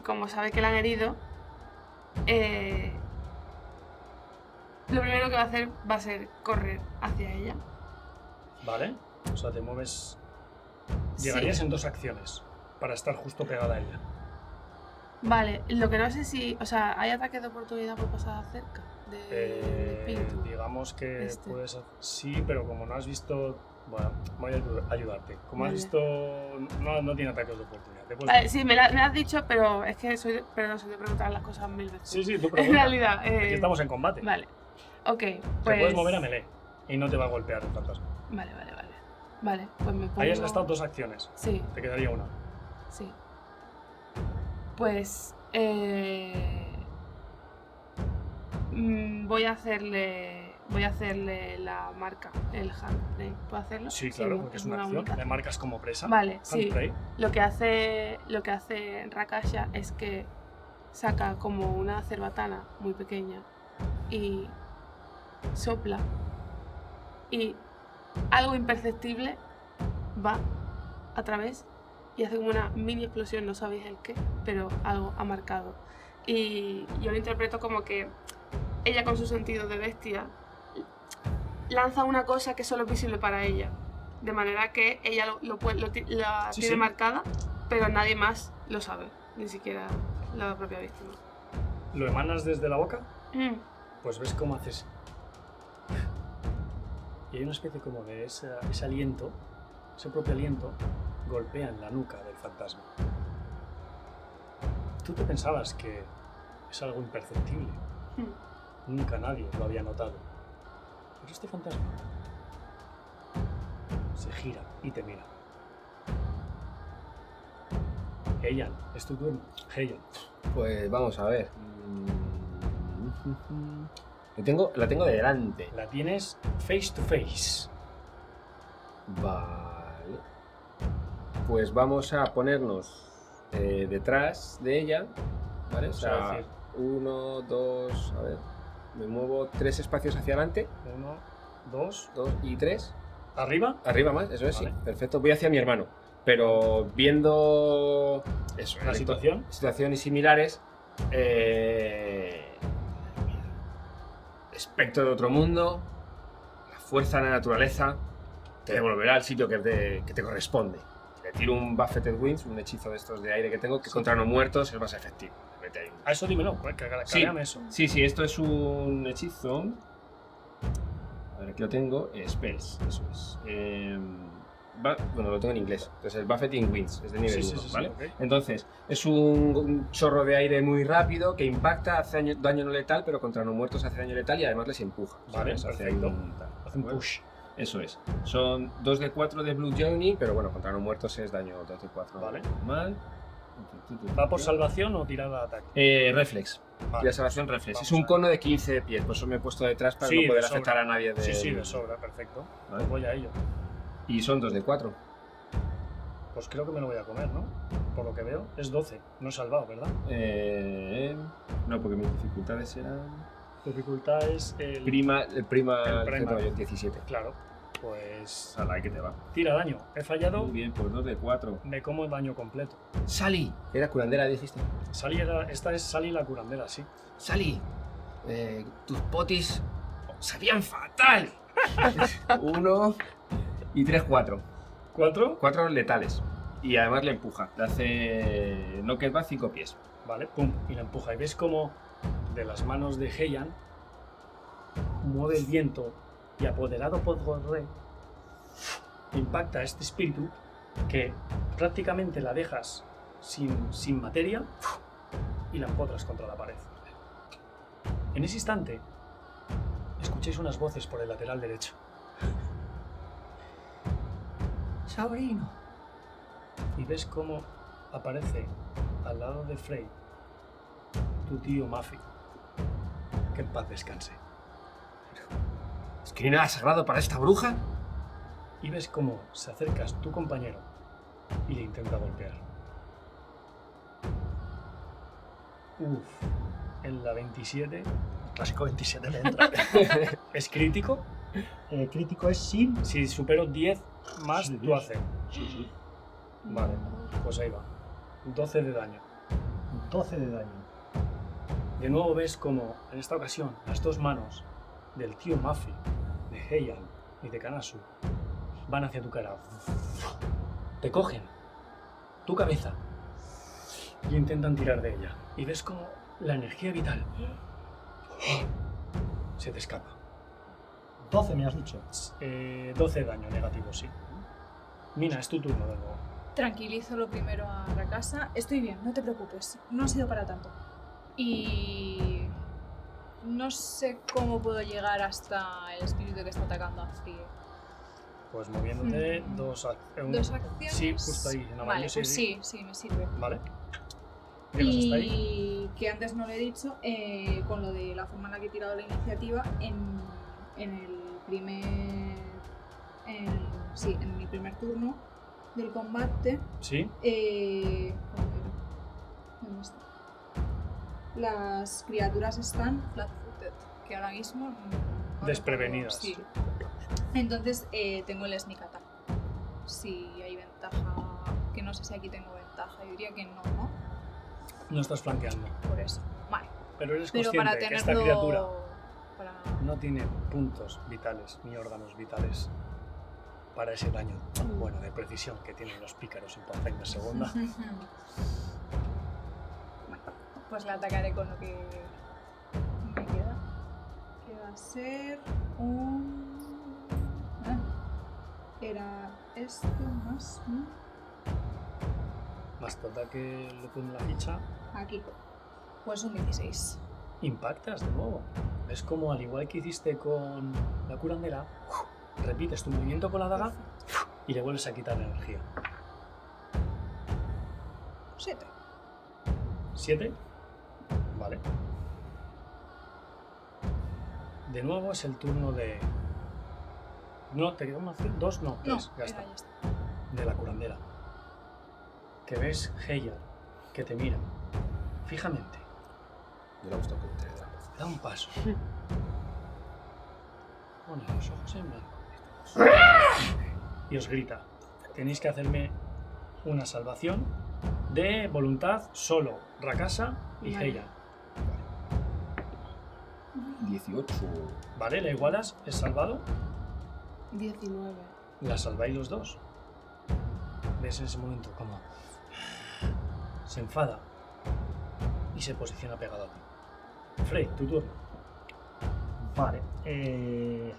F: Como sabe que la han herido, eh, lo primero que va a hacer va a ser correr hacia ella.
G: Vale. O sea, te mueves.
F: Sí.
G: Llegarías en dos acciones para estar justo pegada a ella.
F: Vale, lo que no sé si. O sea, ¿hay ataques de oportunidad por pasar cerca? De, de
G: Eh,
F: Pinto?
G: digamos que
F: Este.
G: puedes. Sí, pero como no has visto. Bueno, voy a ayu- ayudarte. Como
F: Vale.
G: has
F: Ah,
G: visto. No, no tiene ataques de oportunidad. Te puedes-
F: Vale, Eh, sí, me, la- me lo has dicho, pero es que soy de, perdón, soy de preguntar las cosas mil veces. [LAUGHS]
G: Sí, sí, tú
F: en
G: pregunta.
F: realidad. eh,
G: Aquí estamos en combate.
F: Vale. Ok,
G: Te
F: pues.
G: puedes mover a melee y no te va a golpear de tantas.
F: Vale, vale, vale. Vale, pues me pongo.
G: Ahí has gastado dos acciones.
F: Sí,
G: Te quedaría una.
F: sí. Pues. Eh... mm, Voy a hacerle. Voy a hacerle la marca, el handplay. ¿Puedo hacerlo?
G: Sí, claro,
F: ¿no?
G: porque es una, acción.
F: única.
G: Le marcas como presa.
F: Vale, sí.
G: Handspray.
F: Lo que hace, lo que hace Rakasha es que saca como una cerbatana muy pequeña y sopla y algo imperceptible va a través y hace como una mini explosión, no sabéis el qué, pero algo ha marcado. Y yo lo interpreto como que ella con su sentido de bestia lanza una cosa que solo es visible para ella. De manera que ella lo, lo puede- lo ti- la
G: Sí,
F: tiene
G: sí.
F: marcada, pero nadie más lo sabe, ni siquiera la propia víctima.
G: Lo emanas desde la boca,
F: Mm,
G: pues ves cómo haces. Y hay una especie como de esa- ese aliento, ese propio aliento, golpea en la nuca del fantasma. Tú te pensabas que es algo imperceptible.
F: mm.
G: Nunca nadie lo había notado. Pero este fantasma se gira y te mira. Heian, es tu turno. Heian.
C: Pues vamos a ver. Mm. [LAUGHS] Lo tengo, la tengo delante.
G: La tienes face to face.
C: Vale. Pues vamos a ponernos eh, detrás de ella. ¿Vale? O
G: Eso
C: sea,
G: es
C: uno, dos, a ver. Me muevo tres espacios hacia adelante.
G: Uno, dos.
C: Dos y tres.
G: Arriba.
C: Arriba más, eso es,
G: Vale.
C: sí. Perfecto. Voy hacia mi hermano. Pero viendo. Eso,
G: La
C: el-
G: situación.
C: situaciones similares. eh, espectro de otro mundo. La fuerza de la naturaleza. Te devolverá al sitio que te, que te corresponde. Le tiro un Buffeted Wings, un hechizo de estos de aire que tengo, que contra no muertos es más efectivo. Le mete ahí un-
G: A eso dímelo. cuál- que- que-
C: Sí.
G: Cámbiame eso.
C: Sí, sí, esto es un hechizo. A ver, aquí lo tengo. eh, spells, eso es. Em, ba- bueno, lo tengo en inglés. Entonces, el Buffeting Winds es de nivel
G: Sí, sí,
C: 1,
G: sí, sí,
C: ¿vale?
G: ok.
C: Entonces, es un, un chorro de aire muy rápido que impacta, hace daño, daño no letal, pero contra no muertos hace daño letal y además les empuja.
G: Vale,
C: ¿sabes? Hace
G: perfecto.
C: un tal,
G: Hace un
C: ¿vale?
G: push.
C: Eso es. Son 2 de 4 de Blue Journey, pero bueno, contra no muertos es daño 2 de 4
G: Vale.
C: normal.
L: ¿Va por salvación o tirada de ataque?
C: Eh, reflex. Y
G: Vale.
C: la salvación reflex.
G: Vamos
C: es un
G: a-
C: cono de 15 pies, por eso me he puesto detrás para
G: Sí,
C: no
G: de
C: poder
G: sobra.
C: afectar a nadie de.
G: Sí, sí, de sobra, perfecto.
C: Vale.
G: Voy a ello.
C: Y son 2 de 4.
G: Pues creo que me lo voy a comer, ¿no? Por lo que veo, es 12. No he salvado, ¿verdad?
C: Eh, no, porque mis dificultades eran.
G: Dificultad es el...
C: Prima, el prima,
G: El prima.
C: que tengo yo, 17.
G: Claro. Pues...
C: Sala, ahí que te va.
G: Tira daño. He fallado,
C: Muy bien, por 2 de 4.
G: me como el daño completo.
C: Sally, era curandera, dijiste.
G: Sally era... Esta es Sally la curandera, sí.
C: Sally, eh, tus potis sabían fatal. [LAUGHS] Uno y tres, cuatro.
G: ¿Cuatro?
C: Cuatro letales. Y además le empuja. Le hace. No que va cinco pies.
G: Vale, pum, y la empuja. Y ves como de las manos de Heian mueve el viento y apoderado por Gorre impacta a este espíritu que prácticamente la dejas sin, sin materia y la empotras contra la pared. En ese instante, escucháis unas voces por el lateral derecho.
M: Sobrino,
G: y ves cómo aparece al lado de Frey tu tío Mafi. Que en paz descanse.
C: Es que no hay nada sagrado para esta bruja.
G: Y ves cómo se acercas tu compañero y le intenta golpear. Uf, en la 27, el clásico 27 le
E: [LAUGHS]
G: entra. ¿Es crítico?
E: Eh, crítico es sin.
G: Si supero 10 más
E: Sí,
G: tu
E: diez.
G: AC. Vale, pues ahí va. 12 de daño.
E: 12 de daño.
G: De nuevo ves como, en esta ocasión, las dos manos del tío Mafi, de Heian y de Kanasu van hacia tu cara. Te cogen tu cabeza y intentan tirar de ella. Y ves como la energía vital se te escapa.
E: 12 me has dicho.
G: Eh, 12 de daño negativo, sí. Mina, es tu turno de nuevo.
D: Tranquilizo lo primero a la casa. Estoy bien, no te preocupes. No ha sido para tanto. Y. No sé cómo puedo llegar hasta el espíritu que está atacando a Frie.
G: Pues moviéndote
D: Hmm.
G: dos, ac- eh, un-
D: ¿Dos acciones?
G: Sí, justo ahí, en amarillo,
D: Vale,
G: sí,
D: pues
G: sí.
D: sí, sí, me sirve.
G: ¿Vale? Llegas hasta ahí.
D: Y que antes no lo he dicho, eh, con lo de la forma en la que he tirado la iniciativa, en, en el primer. en- sí, en mi primer turno del combate.
G: Sí,
D: Eh, ¿dónde está? Las criaturas están flat-footed, que ahora mismo. no recuerdo-
G: Desprevenidas.
D: Sí. Entonces eh, tengo el sneak attack. Si hay ventaja, que no sé si aquí tengo ventaja, yo diría que no, ¿no?
G: no estás flanqueando.
D: Por eso. Vale.
G: Pero eres
D: Pero
G: consciente
D: para
G: que
D: tenerlo.
G: esta criatura
D: para- [LAUGHS]
G: no tiene puntos vitales ni órganos vitales para ese daño tan bueno de precisión que tienen los pícaros en
D: [LAUGHS]
G: Pathfinder segunda.
D: Bueno, pues la atacaré con lo que me queda. Que va a ser un. Ah, era esto más. ¿no?
G: Más tu ataque le pone la ficha,
D: Aquí. Pues un 16.
G: impactas de nuevo. Es como al igual que hiciste con la curandera, repites tu movimiento con la daga y le vuelves a quitar energía.
D: 7.
G: ¿Siete? Vale. De nuevo es el turno de. No, te queda una acción. Dos, no,
D: No,
G: tres. Pues ya
D: era
G: está.
D: ya está.
G: de la curandera. Que ves Heian, que te mira fijamente,
C: Yo le gusta que te da.
G: da un paso. Pone los ojos en blanco. Y os grita: Tenéis que hacerme una salvación de voluntad solo, Rakasa y
F: Vale.
G: Heian.
C: 18.
G: ¿Vale? ¿La igualas? ¿Es salvado?
F: 19.
G: La salváis los dos. Ves en ese momento cómo se enfada y se posiciona pegado a ti. Frey, tu turno.
E: Vale. eh,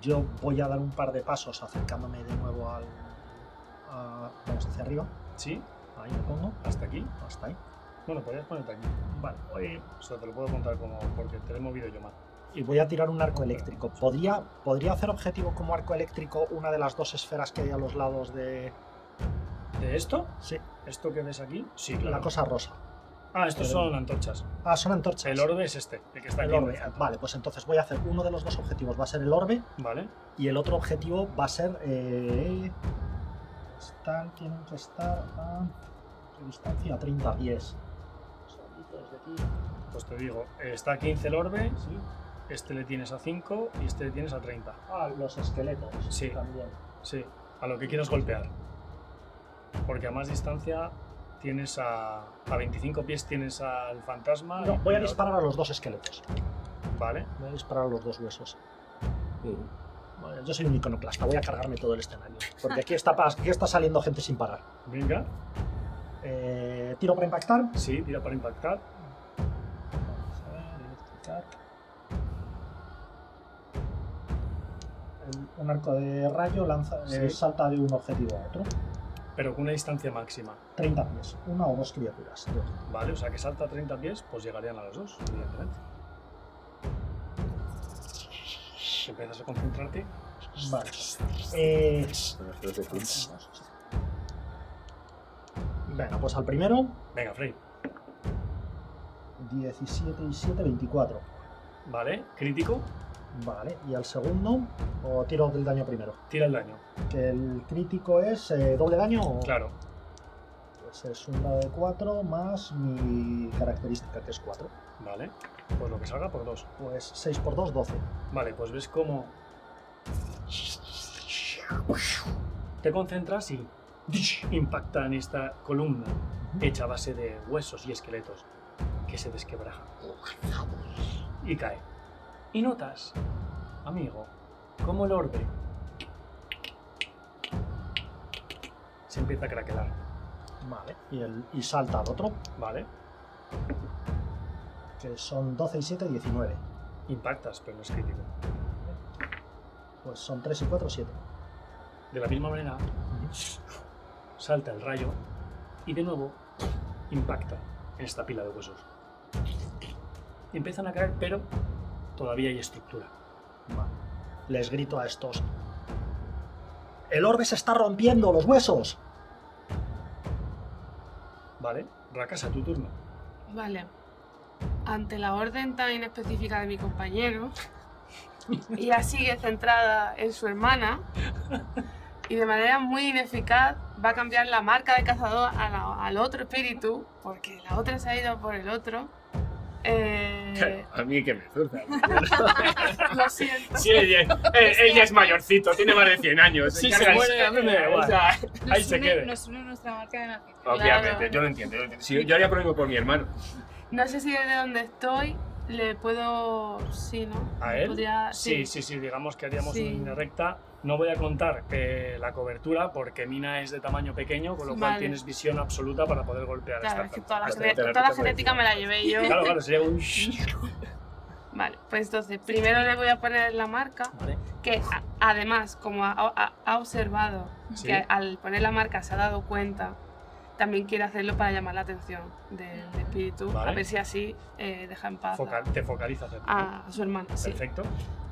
E: yo voy a dar un par de pasos acercándome de nuevo al ah, vamos hacia arriba.
G: ¿Sí?
E: Ahí lo pongo.
G: ¿Hasta aquí?
E: Hasta ahí.
G: Bueno, podrías ponerte aquí.
E: Vale. eh,
G: O sea, te lo puedo contar como porque te lo he movido yo más.
E: y voy a tirar un arco eléctrico. ¿Podría, ¿Podría hacer objetivo como arco eléctrico una de las dos esferas que hay a los lados de.
G: ¿De esto?
E: Sí,
G: ¿Esto que ves aquí? Sí,
E: la cosa rosa?
G: Ah, estos son antorchas.
E: Ah, son antorchas.
G: El orbe es este, el que está
E: El
G: aquí.
E: orbe. Vale, pues entonces voy a hacer uno de los dos objetivos. Va a ser el orbe
G: Vale.
E: y el otro objetivo va a ser. Eh, están, tienen que estar a. ¿Qué distancia? 30 pies.
G: Pues te digo, está a 15 el orbe, este le tienes a 5 y este le tienes a 30.
E: Ah, los esqueletos.
G: Sí.
E: También.
G: Sí, a lo que quieras golpear. Porque a más distancia tienes a. A 25 pies tienes al fantasma.
E: No,
G: y-
E: voy a
G: y al-
E: disparar a los dos esqueletos.
G: Vale.
E: Voy a disparar a los dos huesos. Vale, yo soy un iconoclasta, voy a cargarme todo el escenario. Porque aquí está, pas- aquí está saliendo gente sin parar.
G: Venga.
E: Eh, tiro para impactar.
G: Sí, tira para impactar.
E: Vamos a ver, este electricar. El- Un arco de rayo lanza, eh,
G: Sí.
E: salta de un objetivo a otro.
G: Pero con una distancia máxima.
E: 30 pies, una o dos criaturas. de objetivo.
G: Vale, o sea que salta 30 pies, pues llegarían a los dos, evidentemente. Empiezas a concentrarte.
E: Vale. Eh, bueno, pues al primero,
G: Venga, Frey.
E: 17 y 7, 24.
G: Vale, crítico,
E: Vale, y al segundo, o tiro del daño primero.
G: tira el daño.
E: Que el crítico es eh, doble daño. o-
G: Claro,
E: Pues es un dado de 4 más mi característica, que es 4.
G: vale. Pues lo que salga por dos.
E: Pues 6 por 2, 12.
G: Vale, pues ves cómo. Te concentras y impacta en esta columna hecha a base de huesos y esqueletos que se desquebraja y cae. Y notas, amigo, cómo el orbe se empieza a craquelar.
E: Vale. Y, el, y salta al otro,
G: Vale,
E: que son 12 y 7, 19.
G: impactas, pero no es crítico.
E: Pues son 3 y 4, 7.
G: De la misma manera, salta el rayo y de nuevo impacta en esta pila de huesos. Y empiezan a caer, pero todavía hay estructura.
E: Vale. Les grito a estos. El orbe se está rompiendo, los huesos.
G: Vale, Rakasa, tu turno.
F: Vale. Ante la orden tan inespecífica de mi compañero, ella sigue centrada en su hermana y de manera muy ineficaz va a cambiar la marca de cazador a la- al otro espíritu, porque la otra se ha ido por el otro. Eh,
C: A mí que me zurza.
F: [LAUGHS] lo siento.
C: Sí, ella, eh, ella es mayorcito, tiene más de 100 años.
G: Sí,
C: encarga
G: se muere,
C: el-
G: a mí me da igual.
C: o sea,
B: Nos
G: [LAUGHS] Ahí se
B: une-
G: quede.
B: Nos une nuestra marca de nacimiento.
C: Obviamente, yo lo entiendo. yo lo entiendo. Sí, yo haría lo mismo por mi hermano.
F: No sé si desde donde estoy le puedo. Sí, ¿no?
G: ¿A él?
F: Podría-
G: Sí, sí, sí, digamos que haríamos
F: Sí.
G: una línea recta. No voy a contar eh, la cobertura porque Mina es de tamaño pequeño, con lo cual
F: Vale.
G: tienes visión absoluta para poder golpear
F: Claro,
G: a
F: es que
G: esta
F: toda la,
C: Hasta
F: gene-
C: que te la
F: toda la
C: quitas por
F: genética me
C: encima.
F: la llevé yo.
G: Claro, claro, sería un...
F: Vale, pues entonces primero le voy a poner la marca,
G: Vale,
F: que a- además, como ha, ha- ha observado
G: sí,
F: que al poner la marca se ha dado cuenta, también quiere hacerlo para llamar la atención del espíritu,
G: Vale.
F: a ver si así eh, deja en paz
G: foca-
F: a,
G: te focaliza hacia ti.
F: a su hermana. Ah, sí.
G: Perfecto.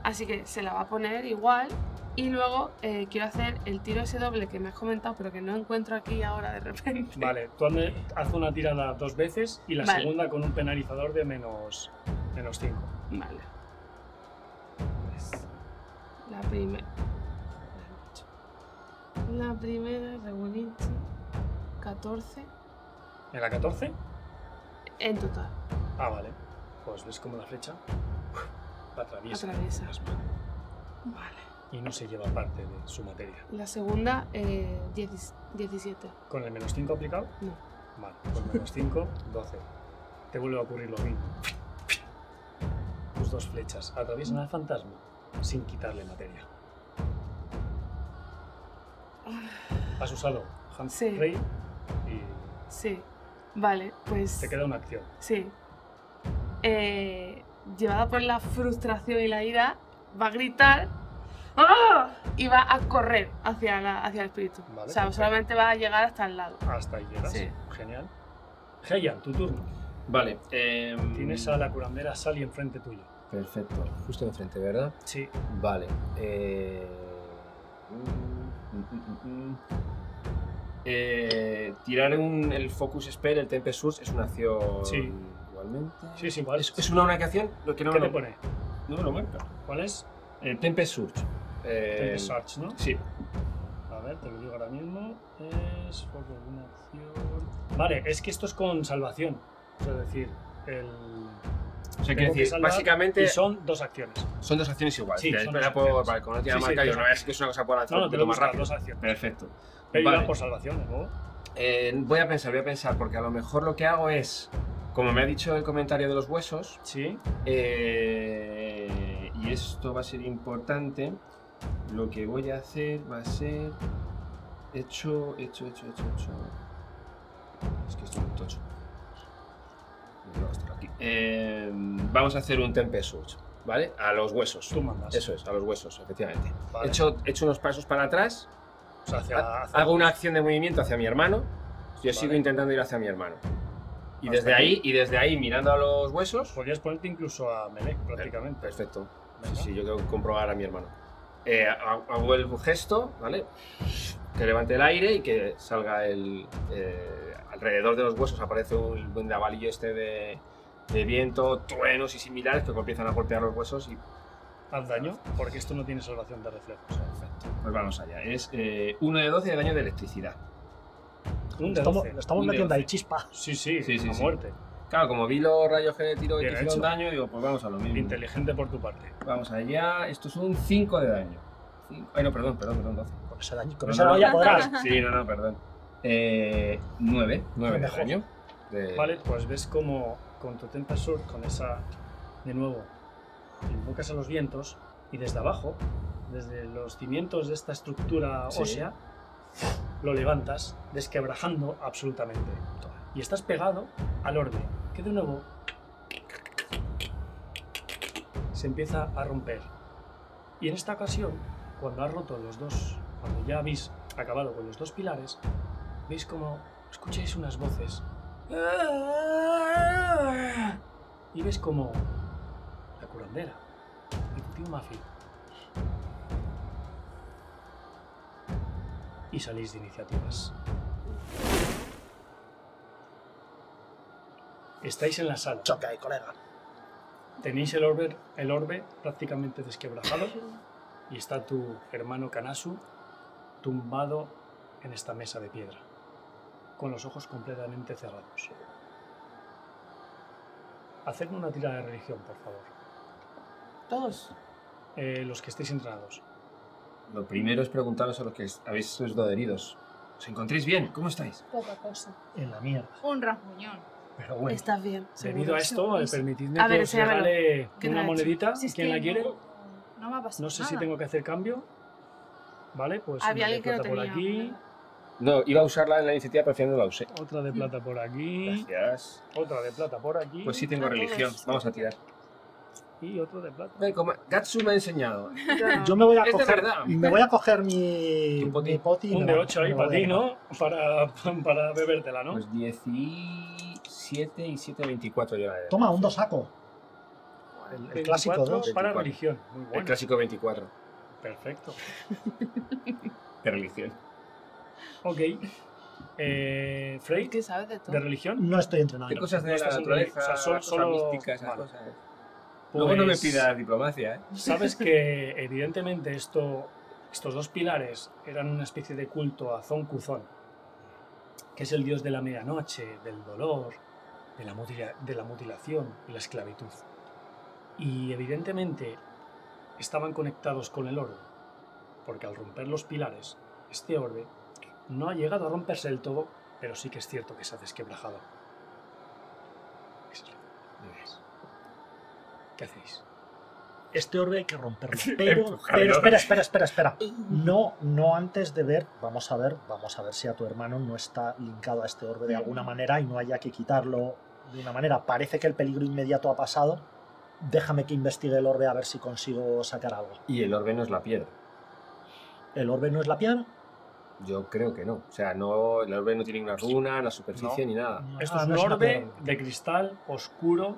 F: Así que se la va a poner igual y luego eh, quiero hacer el tiro ese doble que me has comentado, pero que no encuentro aquí ahora de repente.
G: Vale, tú hazme- haz una tirada dos veces y la
F: Vale.
G: segunda con un penalizador de menos 5.
F: Vale. Pues, la primera. La primera, regulinche. 14
G: ¿En la 14?
F: en total.
G: Ah, vale. Pues ves como la flecha la atraviesa.
F: Atraviesa.
G: las manos
F: Vale.
G: Y no se lleva parte de su materia.
F: La segunda, eh, 10 17.
G: ¿Con el menos 5 aplicado?
F: No.
G: Vale, pues menos 5, 12. Te vuelve a ocurrir lo mismo. Tus dos flechas atraviesan al fantasma sin quitarle materia. Has usado Hans
F: Ah. Sí.
G: Rey y
F: Sí. Vale, pues.
G: te queda una acción.
F: Sí. Eh, llevada por la frustración y la ira, va a gritar ¡Ah! Y va a correr hacia, la- hacia el espíritu.
B: Vale,
F: o sea,
B: perfecto.
F: solamente va a llegar hasta el lado.
B: Hasta ahí llegas.
F: Sí.
B: Genial. Heian, tu turno.
C: Vale. em,
G: Tienes a la curandera Sally enfrente tuyo.
C: Perfecto. Justo enfrente, ¿verdad?
G: Sí.
C: Vale. eh, mm, mm, mm, mm. Eh, tirar un- el Focus Spell, el Tempest Source, es una acción
G: Sí.
C: igualmente.
G: Sí, es igual.
C: Es, es una única acción, lo que no
G: ¿Qué
C: me lo-
G: te pone?
C: No me lo marca.
G: ¿Cuál es?
C: El Tempest Surge. Eh,
G: Tempest Surge, ¿no?
C: Sí.
G: A ver, te lo digo ahora mismo. Es por alguna acción. Vale, es que esto es con salvación. Es decir, el.
C: O sea,
G: tengo que
C: quiero decir,
G: salvar
C: básicamente
G: Y son dos acciones.
C: son dos acciones iguales.
G: Sí,
C: Espera,
G: son
C: espera
G: dos
C: por,
G: acciones.
C: Vale, como no tiene
G: Sí, sí,
C: marca, yo
G: dos
C: no veas que es una cosa por hacer
G: No, no,
C: un
G: te
C: poquito
G: lo
C: más
G: más
C: rápido.
G: dos acciones.
C: Perfecto.
G: Pero
C: Vale.
G: iba por salvaciones, ¿no?
C: Eh, voy a pensar, voy a pensar, porque a lo mejor lo que hago es, como me ha dicho el comentario de los huesos,
G: Sí.
C: eh, y esto va a ser importante, lo que voy a hacer va a ser hecho, hecho, hecho, hecho, hecho. Es que esto es un tocho. Lo voy a gastar aquí. Eh, vamos a hacer un Tempest Surge, ¿vale? A los huesos.
G: Tú mandas.
C: Eso es, a los huesos, efectivamente.
G: Vale.
C: Hecho, hecho unos pasos para atrás,
G: O sea, hacia, hacia-
C: hago una acción de movimiento hacia mi hermano. Yo
G: Vale.
C: sigo intentando ir hacia mi hermano. Y
G: Hasta
C: desde
G: aquí.
C: ahí, y desde ahí mirando a los huesos.
G: Podrías ponerte incluso a Melec, prácticamente.
C: Perfecto. Sí,
G: Venga.
C: sí, yo tengo que comprobar a mi hermano. Eh, ha- hago el gesto, ¿vale? Que levante el aire y que salga el. eh, alrededor de los huesos aparece un vendavalillo este de, de viento, truenos y similares que empiezan a golpear los huesos y.
G: Haz daño, porque esto no tiene salvación de reflejos.
C: Perfecto. Pues vamos allá. Es eh, 1 de 12 de daño de electricidad.
G: Un de
E: Estamos,
G: 12.
E: lo estamos
C: un de
E: metiendo ahí,
C: 12.
E: chispa.
G: Sí, sí,
C: Sí, sí,
G: a
C: sí.
G: muerte.
C: Claro, como vi los rayos que le tiro y
G: Bien
C: que hicieron
G: hecho.
C: daño, digo, pues vamos a lo mismo.
G: Inteligente por tu parte.
C: Vamos allá, esto es un 5 de daño. Cinco- Ay, no, perdón, perdón, perdón, 12.
E: Con ese daño, con
C: No,
E: ese
C: no,
E: daño ya
C: no.
G: [LAUGHS]
E: podrás.
C: Sí, no, no, perdón. Eh, 9, 9 de
E: Mejor.
C: daño. De-
G: Vale, pues ves como con tu Tempest Sword, con esa, de nuevo, invocas a los vientos y desde abajo, desde los cimientos de esta estructura
C: Sí.
G: ósea, lo levantas, desquebrajando absolutamente. Y estás pegado al orbe, que de nuevo se empieza a romper. Y en esta ocasión, cuando has roto los dos, cuando ya habéis acabado con los dos pilares, veis como escucháis unas voces y ves como la curandera y tu tío Mafi. Y salís de iniciativas. Estáis en la sala.
E: Choque ahí, colega.
G: Tenéis el orbe, el orbe prácticamente desquebrajado y está tu hermano Kanasu tumbado en esta mesa de piedra, con los ojos completamente cerrados. Hacedme una tirada de religión, por favor.
F: Todos.
G: Eh, los que estéis entrenados.
C: Lo primero es preguntaros a los que es- habéis sido heridos. ¿Os encontréis bien? ¿Cómo estáis?
D: Poca cosa.
E: En la mierda.
D: Un rasguñón.
E: Pero bueno.
F: Estás bien.
G: Debido
C: Pues
G: a esto, eh, permitidme
F: A
G: que
F: ver,
G: os
F: enséñamelo.
G: regale
F: ¿Quién
G: una
F: la ha hecho?
G: monedita.
D: Si es
G: ¿Quién
D: que
G: la quiere?
D: No, no me ha pasado
G: No sé si
D: nada.
G: tengo que hacer cambio. Vale, pues
F: Había
G: una de
F: alguien que no
G: plata por
F: tenía.
G: aquí,
C: No, iba a usarla en la iniciativa, pero al final no la usé.
G: otra de plata por aquí,
C: Gracias.
G: otra de plata por aquí
C: Pues sí tengo
F: Ah, todos.
C: religión. Vamos a tirar.
G: y otra de plata.
C: Ven, como- Gatsu me ha enseñado.
F: [LAUGHS]
E: Yo me voy a
C: Ah, Es de
E: coger.
C: verdad.
E: Me voy a
C: [LAUGHS]
E: coger mi.
C: Tu poti.
E: mi poti y
G: Un
E: me
G: de
E: voy-
G: 8 ahí
E: me
G: para
E: voy a
G: ti,
E: quemar.
G: ¿no? Para, [LAUGHS] para bebértela, ¿no?
C: Pues 17 y 7, 24 yo la he-
E: Toma, un dosaco. El, el clásico
G: 24
E: dos.
G: para
C: 24.
G: religión. Muy
C: El
G: bueno.
C: clásico 24
G: Perfecto.
C: de religión.
G: Ok. Eh, Frey,
F: que sabes de todo. [GASPS]
G: de religión.
E: No estoy entrenado.
C: Ah, ¿Qué cosas de
G: no
C: la
G: estás en
C: naturaleza?
G: religión, o sea, son-
C: cosas
G: solo-
C: místicas, esas
G: vale.
C: cosas. Luego no me
G: Pues-
C: pidas diplomacia, ¿eh?
G: Sabes que evidentemente esto, estos dos pilares eran una especie de culto a Zon Kuzon, que es el dios de la medianoche, del dolor, de la, mutila- de la mutilación y la esclavitud. Y evidentemente estaban conectados con el orbe, porque al romper los pilares, este orbe no ha llegado a romperse del todo, pero sí que es cierto que se ha desquebrajado. ¿Qué hacéis?
E: Este orbe hay que romperlo. Pero, pero espera, espera, espera, espera. No, no antes de ver, vamos a ver, vamos a ver si a tu hermano no está linkado a este orbe de
G: Mm.
E: alguna manera y no haya que quitarlo de una manera. Parece que el peligro inmediato ha pasado. Déjame que investigue el orbe a ver si consigo sacar algo.
C: Y el orbe no es la piedra.
E: ¿El orbe no es la piedra?
C: Yo creo que no. O sea, no, el orbe no tiene ninguna runa, la superficie
G: No.
C: ni nada.
G: Esto es
E: Ah, no
G: un
E: es una
G: orbe
E: piedra.
G: de cristal oscuro,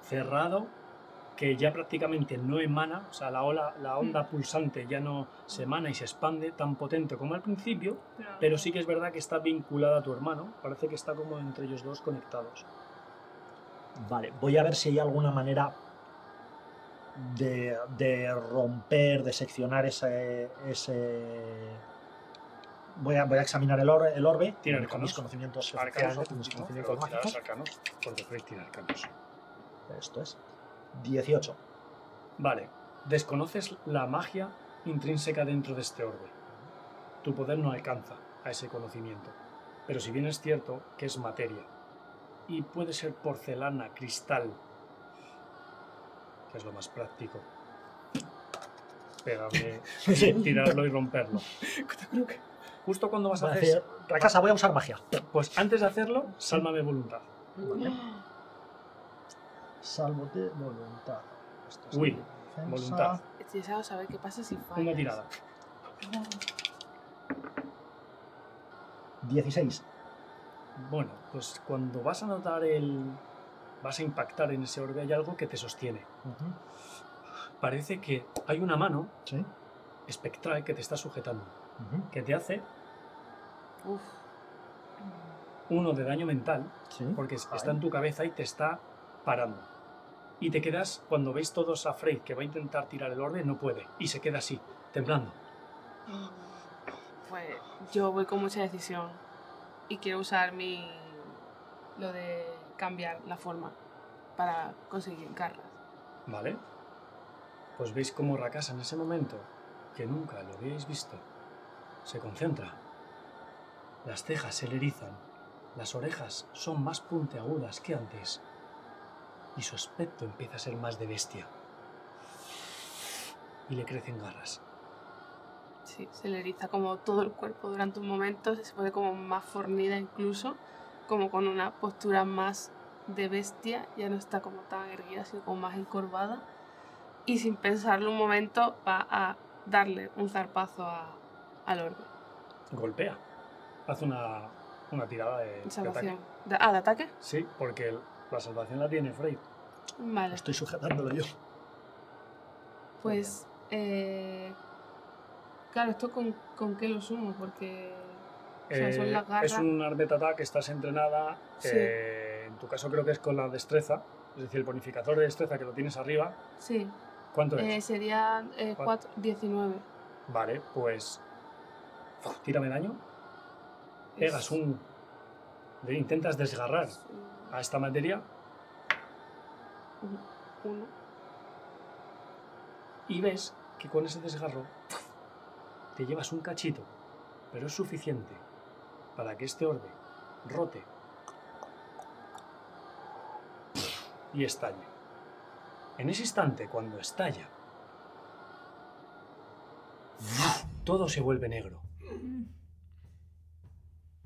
G: cerrado, que ya prácticamente no emana, o sea, la, ola, la onda pulsante ya no se emana y se expande tan potente como al principio, pero sí que es verdad que está vinculada a tu hermano, parece que está como entre ellos dos conectados.
E: Vale, voy a ver si hay alguna manera de, de romper, de seccionar ese. ese... Voy, a, voy a examinar el orbe. El orbe
G: Tiene
E: con mis
G: arcanos.
E: conocimientos
G: Arcanos
E: efectivamente, con mis
G: ¿no?
E: conocimientos
G: Pero tiradas
E: mágicos.
G: arcanos, porque Frey tira arcanos.
E: Esto es.
G: [LAUGHS]
E: 18.
G: Vale, desconoces la magia intrínseca dentro de este orbe. Tu poder no alcanza a ese conocimiento, pero si bien es cierto que es materia y puede ser porcelana, cristal, que es lo más práctico. Pegarle, tirarlo y romperlo. Justo cuando vas a
E: Voy a decir,
G: hacer,
E: Rakasa, voy a usar magia.
G: pues antes de hacerlo, sálvame voluntad.
E: Salvo de voluntad. Esto es
G: Uy,
E: defensa.
G: voluntad.
F: Estoy deseado saber qué pasa si fallas.
G: Una tirada.
E: 16.
G: Bueno, pues cuando vas a notar el. vas a impactar en ese orbe, hay algo que te sostiene.
E: Ujú,
G: Parece que hay una mano
E: Sí.
G: espectral que te está sujetando,
E: ujú,
G: que te hace
F: Uf.
G: uno de daño mental,
E: sí.
G: porque es- está en tu cabeza y te está parando. Y te quedas, cuando veis todos a Frey que va a intentar tirar el orbe, no puede, y se queda así, temblando.
F: Pues yo voy con mucha decisión y quiero usar mi. lo de cambiar la forma para conseguir cargas.
G: ¿Vale? Pues veis cómo Rakasa en ese momento, que nunca lo habíais visto, se concentra. Las cejas se le erizan, las orejas son más puntiagudas que antes, y su aspecto empieza a ser más de bestia. Y le crecen garras.
F: Sí, se le eriza como todo el cuerpo durante un momento, se pone como más fornida incluso, como con una postura más de bestia, ya no está como tan erguida, sino como más encorvada. Y sin pensarlo un momento va a darle un zarpazo a, al orbe.
G: Golpea. Hace una, una tirada de, de ataque.
F: Salvación. Da- Ah, ¿de ataque?
G: Sí, porque el- la salvación la tiene Frey.
F: Vale.
E: Estoy sujetándolo yo.
F: Pues, eh, claro, ¿esto con, con qué lo sumo? Porque o sea, son
G: Eh,
F: las garras.
G: Es un arbet attack, estás entrenada.
F: Sí.
G: eh, en tu caso creo que es con la destreza, es decir, el bonificador de destreza que lo tienes arriba.
F: Sí,
G: ¿Cuánto
F: eh,
G: es?
F: serían eh,
G: Cuatro.
F: cuatro- 19.
G: Vale, pues. Uf, Tírame daño. Pegas
F: Es-
G: un. le intentas desgarrar
F: es
G: a esta materia
F: un- Uno.
G: y ves que con ese desgarro te llevas un cachito, pero es suficiente para que este orbe rote y estalle. En ese instante, cuando estalla, todo se vuelve negro.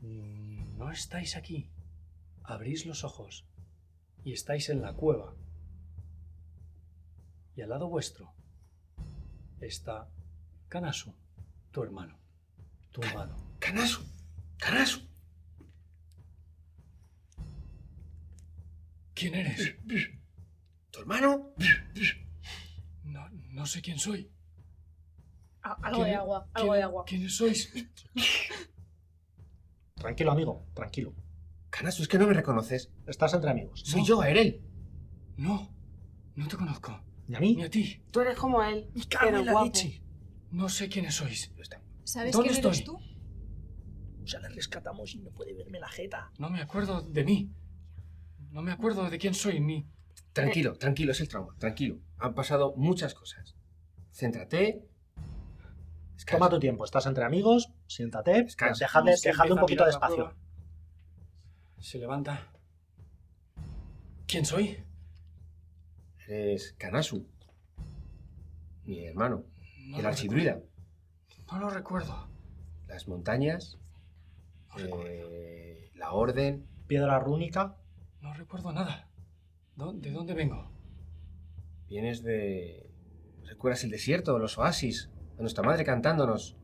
G: Mm, No estáis aquí. Abrís los ojos y estáis en la cueva. Y al lado vuestro está Kanasu, tu hermano, tumbado.
C: ¡Canasu! ¡Canasu!
G: ¿Quién eres?
C: ¿Tu hermano?
G: No, no sé quién soy.
D: A- algo de
G: ¿Quién-
D: agua, algo de agua.
G: ¿Quiénes sois?
E: Tranquilo, amigo, tranquilo.
C: Canasu, es que no me reconoces.
E: Estás entre amigos.
C: Soy
G: No.
C: yo, Aerel.
G: No, no te conozco.
E: ¿Y a mí?
G: Ni a ti.
F: Tú eres como él,
G: en
F: pero
G: la
F: guapo.
G: leche. No sé quiénes sois.
D: ¿Sabes
G: ¿Dónde
D: quién eres
G: estoy?
D: tú?
E: Ya le rescatamos y no puede verme la jeta.
G: No me acuerdo de mí. No me acuerdo de quién soy ni.
C: Tranquilo, tranquilo, es el trauma. Tranquilo. Han pasado muchas cosas. Céntrate. Descansa.
E: Toma tu tiempo, estás entre amigos, siéntate,
C: Descansa.
E: dejadle,
G: Se
E: dejadle un
G: empieza
E: poquito
G: a
E: de
G: tirar la
E: espacio.
G: cueva. Se levanta. ¿Quién soy?
C: Eres Kanasu. Mi hermano.
G: No
C: el
G: lo
C: archidruida.
G: recuerdo. No lo recuerdo.
C: Las montañas.
G: No recuerdo.
C: eh, la orden.
E: Piedra rúnica,
G: No recuerdo nada. ¿Dó- ¿De dónde vengo?
C: Vienes de... ¿Recuerdas el desierto, los oasis? A nuestra madre cantándonos.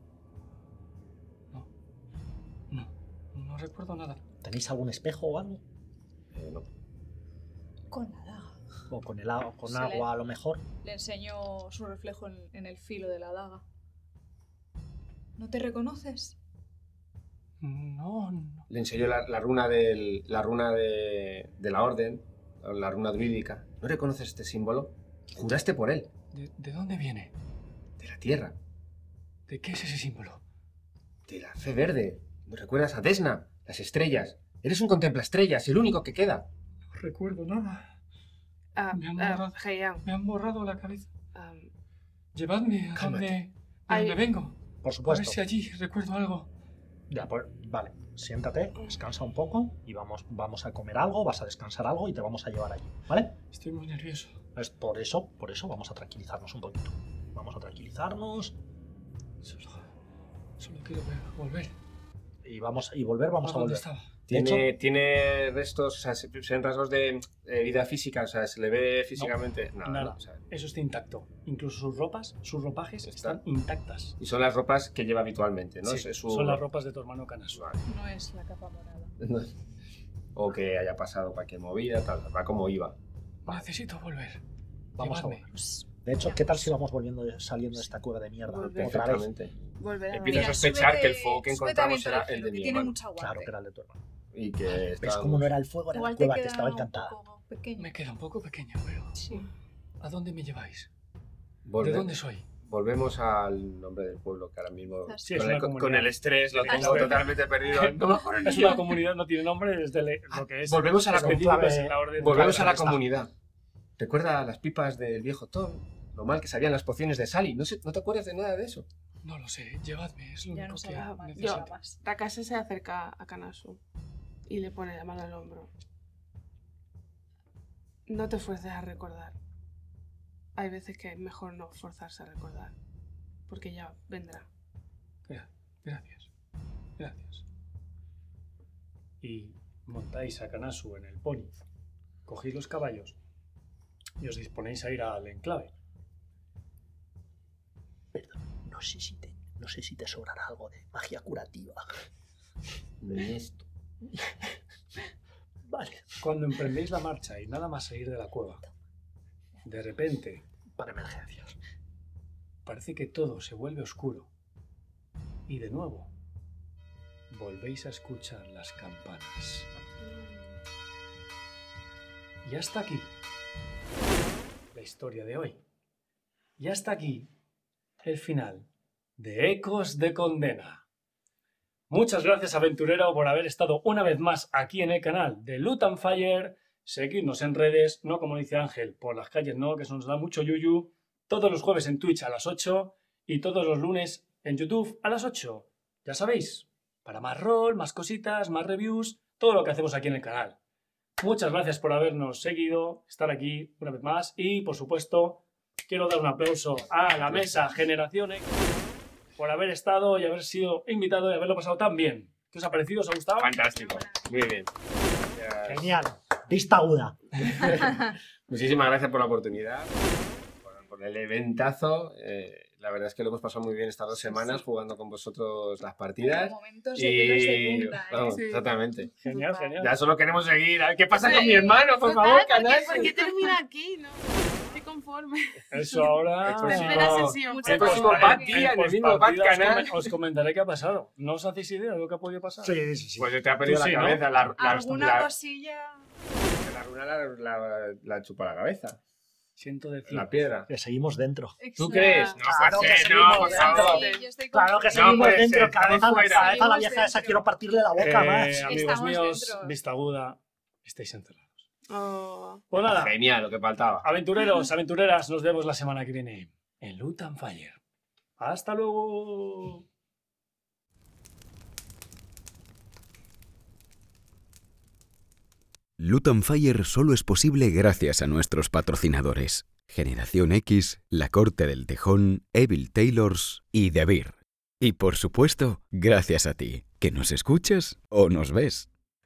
G: recuerdo nada.
E: ¿Tenéis algún espejo o algo?
C: Eh, no.
D: Con la daga.
E: O con, el agua, con
D: Se le-
E: agua a lo mejor.
D: Le enseño su reflejo en, en el filo de la daga. ¿No te reconoces?
G: No, no.
C: Le enseñó la, la runa, del, la runa de, de la orden, la runa druídica. ¿No reconoces este símbolo? Juraste por él,
G: ¿De, de dónde viene?
C: de la tierra,
G: ¿De qué es ese símbolo?
C: de la fe verde. ¿No recuerdas a Desna, las estrellas? Eres un contempla estrellas, el único que queda.
G: No recuerdo nada.
F: Ah,
G: Mi amor,
F: ah,
G: no.
F: Heian,
G: Me han borrado la cabeza.
F: ah,
G: Llevadme a
C: Cálmate.
G: donde, de
F: Ay.
G: donde vengo.
E: Por
G: A ver
E: supuesto.
G: si allí recuerdo algo.
E: Ya, pues, vale. Siéntate, descansa un poco y vamos, vamos a comer algo, vas a descansar algo y te vamos a llevar allí, ¿vale?
G: Estoy muy nervioso.
E: Es por eso, por eso vamos a tranquilizarnos un poquito. Vamos a tranquilizarnos
G: Solo, solo quiero ver- volver
E: y vamos y volver, vamos
G: a
E: a
G: donde
E: volver.
G: estaba.
E: De hecho-
C: Tiene, tiene restos, o sea, se se ven rasgos de eh, vida física, o sea, se le ve físicamente nada.
G: nada.
C: ¿no? O sea,
G: Eso está intacto. Incluso sus ropas, sus ropajes
C: Está.
G: están intactas.
C: y son las ropas que lleva habitualmente, ¿no?
G: Sí,
C: Es- es su-
G: Son las ropas de tu hermano Canasu.
C: Vale.
D: No es la capa morada.
C: [LAUGHS] o que haya pasado cualquier movida, tal, va como iba.
G: Necesito volver.
E: Vamos a
G: Llevadme.
E: volver.
D: Pues,
E: De hecho, ¿qué tal si vamos volviendo saliendo de esta cueva de mierda
F: Volver.
E: otra vez?
C: Perfectamente.
F: volver a
C: Empieza- Empiezas a sospechar que el fuego que
D: súbete
C: encontramos
D: a
C: era
D: Ventorrojero,
C: el de
D: que
C: mi
D: tiene
C: hermano.
D: mucho aguante.
E: Claro que era el de tu hermano.
C: Y que
E: ¿Ves cómo no
C: estábamos-
E: era el fuego? Era
D: Igual
E: la
D: te
E: cueva,
D: queda
E: te estaba
D: un
E: encantada.
D: poco pequeño.
G: Me queda un poco pequeña, pero.
D: Sí.
G: ¿A dónde me lleváis?
C: Volve-
G: ¿De dónde soy?
C: Volvemos al nombre del pueblo, que ahora mismo
D: Quizás
G: Sí, es
C: con,
G: una
C: el, con-
G: comunidad.
C: con el estrés lo
D: Ah,
C: tengo
D: sí.
C: totalmente
E: [LAUGHS]
C: perdido. No me acuerdo ni
G: Es una
C: yo.
G: comunidad, no tiene nombre, desde le- lo que es.
C: Volvemos a la
G: específico
E: conclave.
G: es en la orden.
C: Volvemos a
G: Claro,
C: la
G: está.
C: comunidad. Recuerda las pipas del viejo Tom, lo mal que sabían las pociones de Sally. No, sé- no te acuerdas de nada de eso.
G: No lo sé, llevadme, es lo
D: Ya
G: único
D: no
G: que
D: sabrá más.
F: Yo-
D: no
G: necesito.
D: sabrá más.
F: Takase se acerca a Kanasu y le pone la mano al hombro. No te fuerces a recordar. Hay veces que es mejor no forzarse a recordar, porque ya vendrá.
G: Gra- Gracias. Gracias. Y montáis a Kanasu en el pony, cogéis los caballos y os disponéis a ir al enclave.
E: No sé si te, no sé si te sobrará algo de magia curativa. Vale.
G: Cuando emprendéis la marcha y nada más salir de la cueva, de repente
E: Para emergencias.
G: parece que todo se vuelve oscuro. Y de nuevo, volvéis a escuchar las campanas. Y hasta aquí la historia de hoy. Y hasta aquí el final de Ecos de Condena. Muchas gracias, aventurero, por haber estado una vez más aquí en el canal de Loot and Fire. Seguidnos en redes, no como dice Ángel, por las calles no, que eso nos da mucho yuyu. Todos los jueves en Twitch a las 8 y todos los lunes en YouTube a las 8. Ya sabéis, para más rol, más cositas, más reviews, todo lo que hacemos aquí en el canal. Muchas gracias por habernos seguido, estar aquí una vez más y, por supuesto, quiero dar un aplauso a la mesa Generación X por haber estado y haber sido invitado y haberlo pasado tan bien. ¿Qué os ha parecido? ¿Os ha gustado?
C: Fantástico. Muy bien. Gracias.
E: Genial. Vista aguda.
C: Muchísimas gracias por la oportunidad, por, por el eventazo. Eh, la verdad es que lo hemos pasado muy bien estas dos semanas jugando con vosotros las partidas.
D: Momentos de pelos de
C: Y
D: punta, ¿eh?
C: vamos,
F: Sí.
C: exactamente.
G: Genial, genial.
C: Ya solo queremos seguir. A ver qué pasa
F: Sí.
C: con mi hermano, por
F: Total,
C: favor,
F: Ah, ¿por qué-
C: canal.
F: ¿Por qué termina aquí? No, no estoy conforme.
C: [LAUGHS]
G: Eso ahora.
C: El próximo-
F: Tercera sesión.
D: Muchas
C: El
F: por
C: próximo
F: favor.
D: Bad
C: Bad
D: Día,
C: Día
G: Pues
C: en el mismo Bad
G: postpartida os
C: Canal.
G: comen- Os comentaré qué ha pasado. No os hacéis idea de lo que ha podido pasar.
E: Sí, sí, sí.
C: Pues te ha perdido
G: Tú sí,
C: la
G: ¿no?
C: cabeza. La, la,
D: ¿Alguna
C: la-
D: cosilla?
C: la runa la, la- la chupa la cabeza,
G: Siento decir.
C: la piedra.
E: Que seguimos dentro.
D: Exacto.
C: ¿Tú crees? No,
E: Claro
C: puede
E: que
C: ser,
E: sí,
C: no,
E: por
C: por
D: Sí,
C: favor.
D: sí, yo estoy
E: Claro que
D: contigo.
E: seguimos
C: puede ser,
E: dentro.
C: estamos
E: cabeza,
C: fuera.
E: cabeza la
D: pues, eh, Seguimos
E: vieja esa,
D: dentro.
E: quiero partirle la boca
G: Eh,
E: más.
G: amigos
D: Estamos
G: míos,
D: dentro.
G: vista aguda, estáis encerrados.
F: Oh,
G: Pues nada,
C: Genial, lo que faltaba.
D: [LAUGHS]
G: aventureros, aventureras, nos vemos la semana que viene en Loot and Fire. ¡Hasta luego!
A: Luton Fire solo es posible gracias a nuestros patrocinadores. Generación X, La Corte del Tejón, Evil Taylors y The Beer. Y por supuesto, gracias a ti, que nos escuchas o nos ves.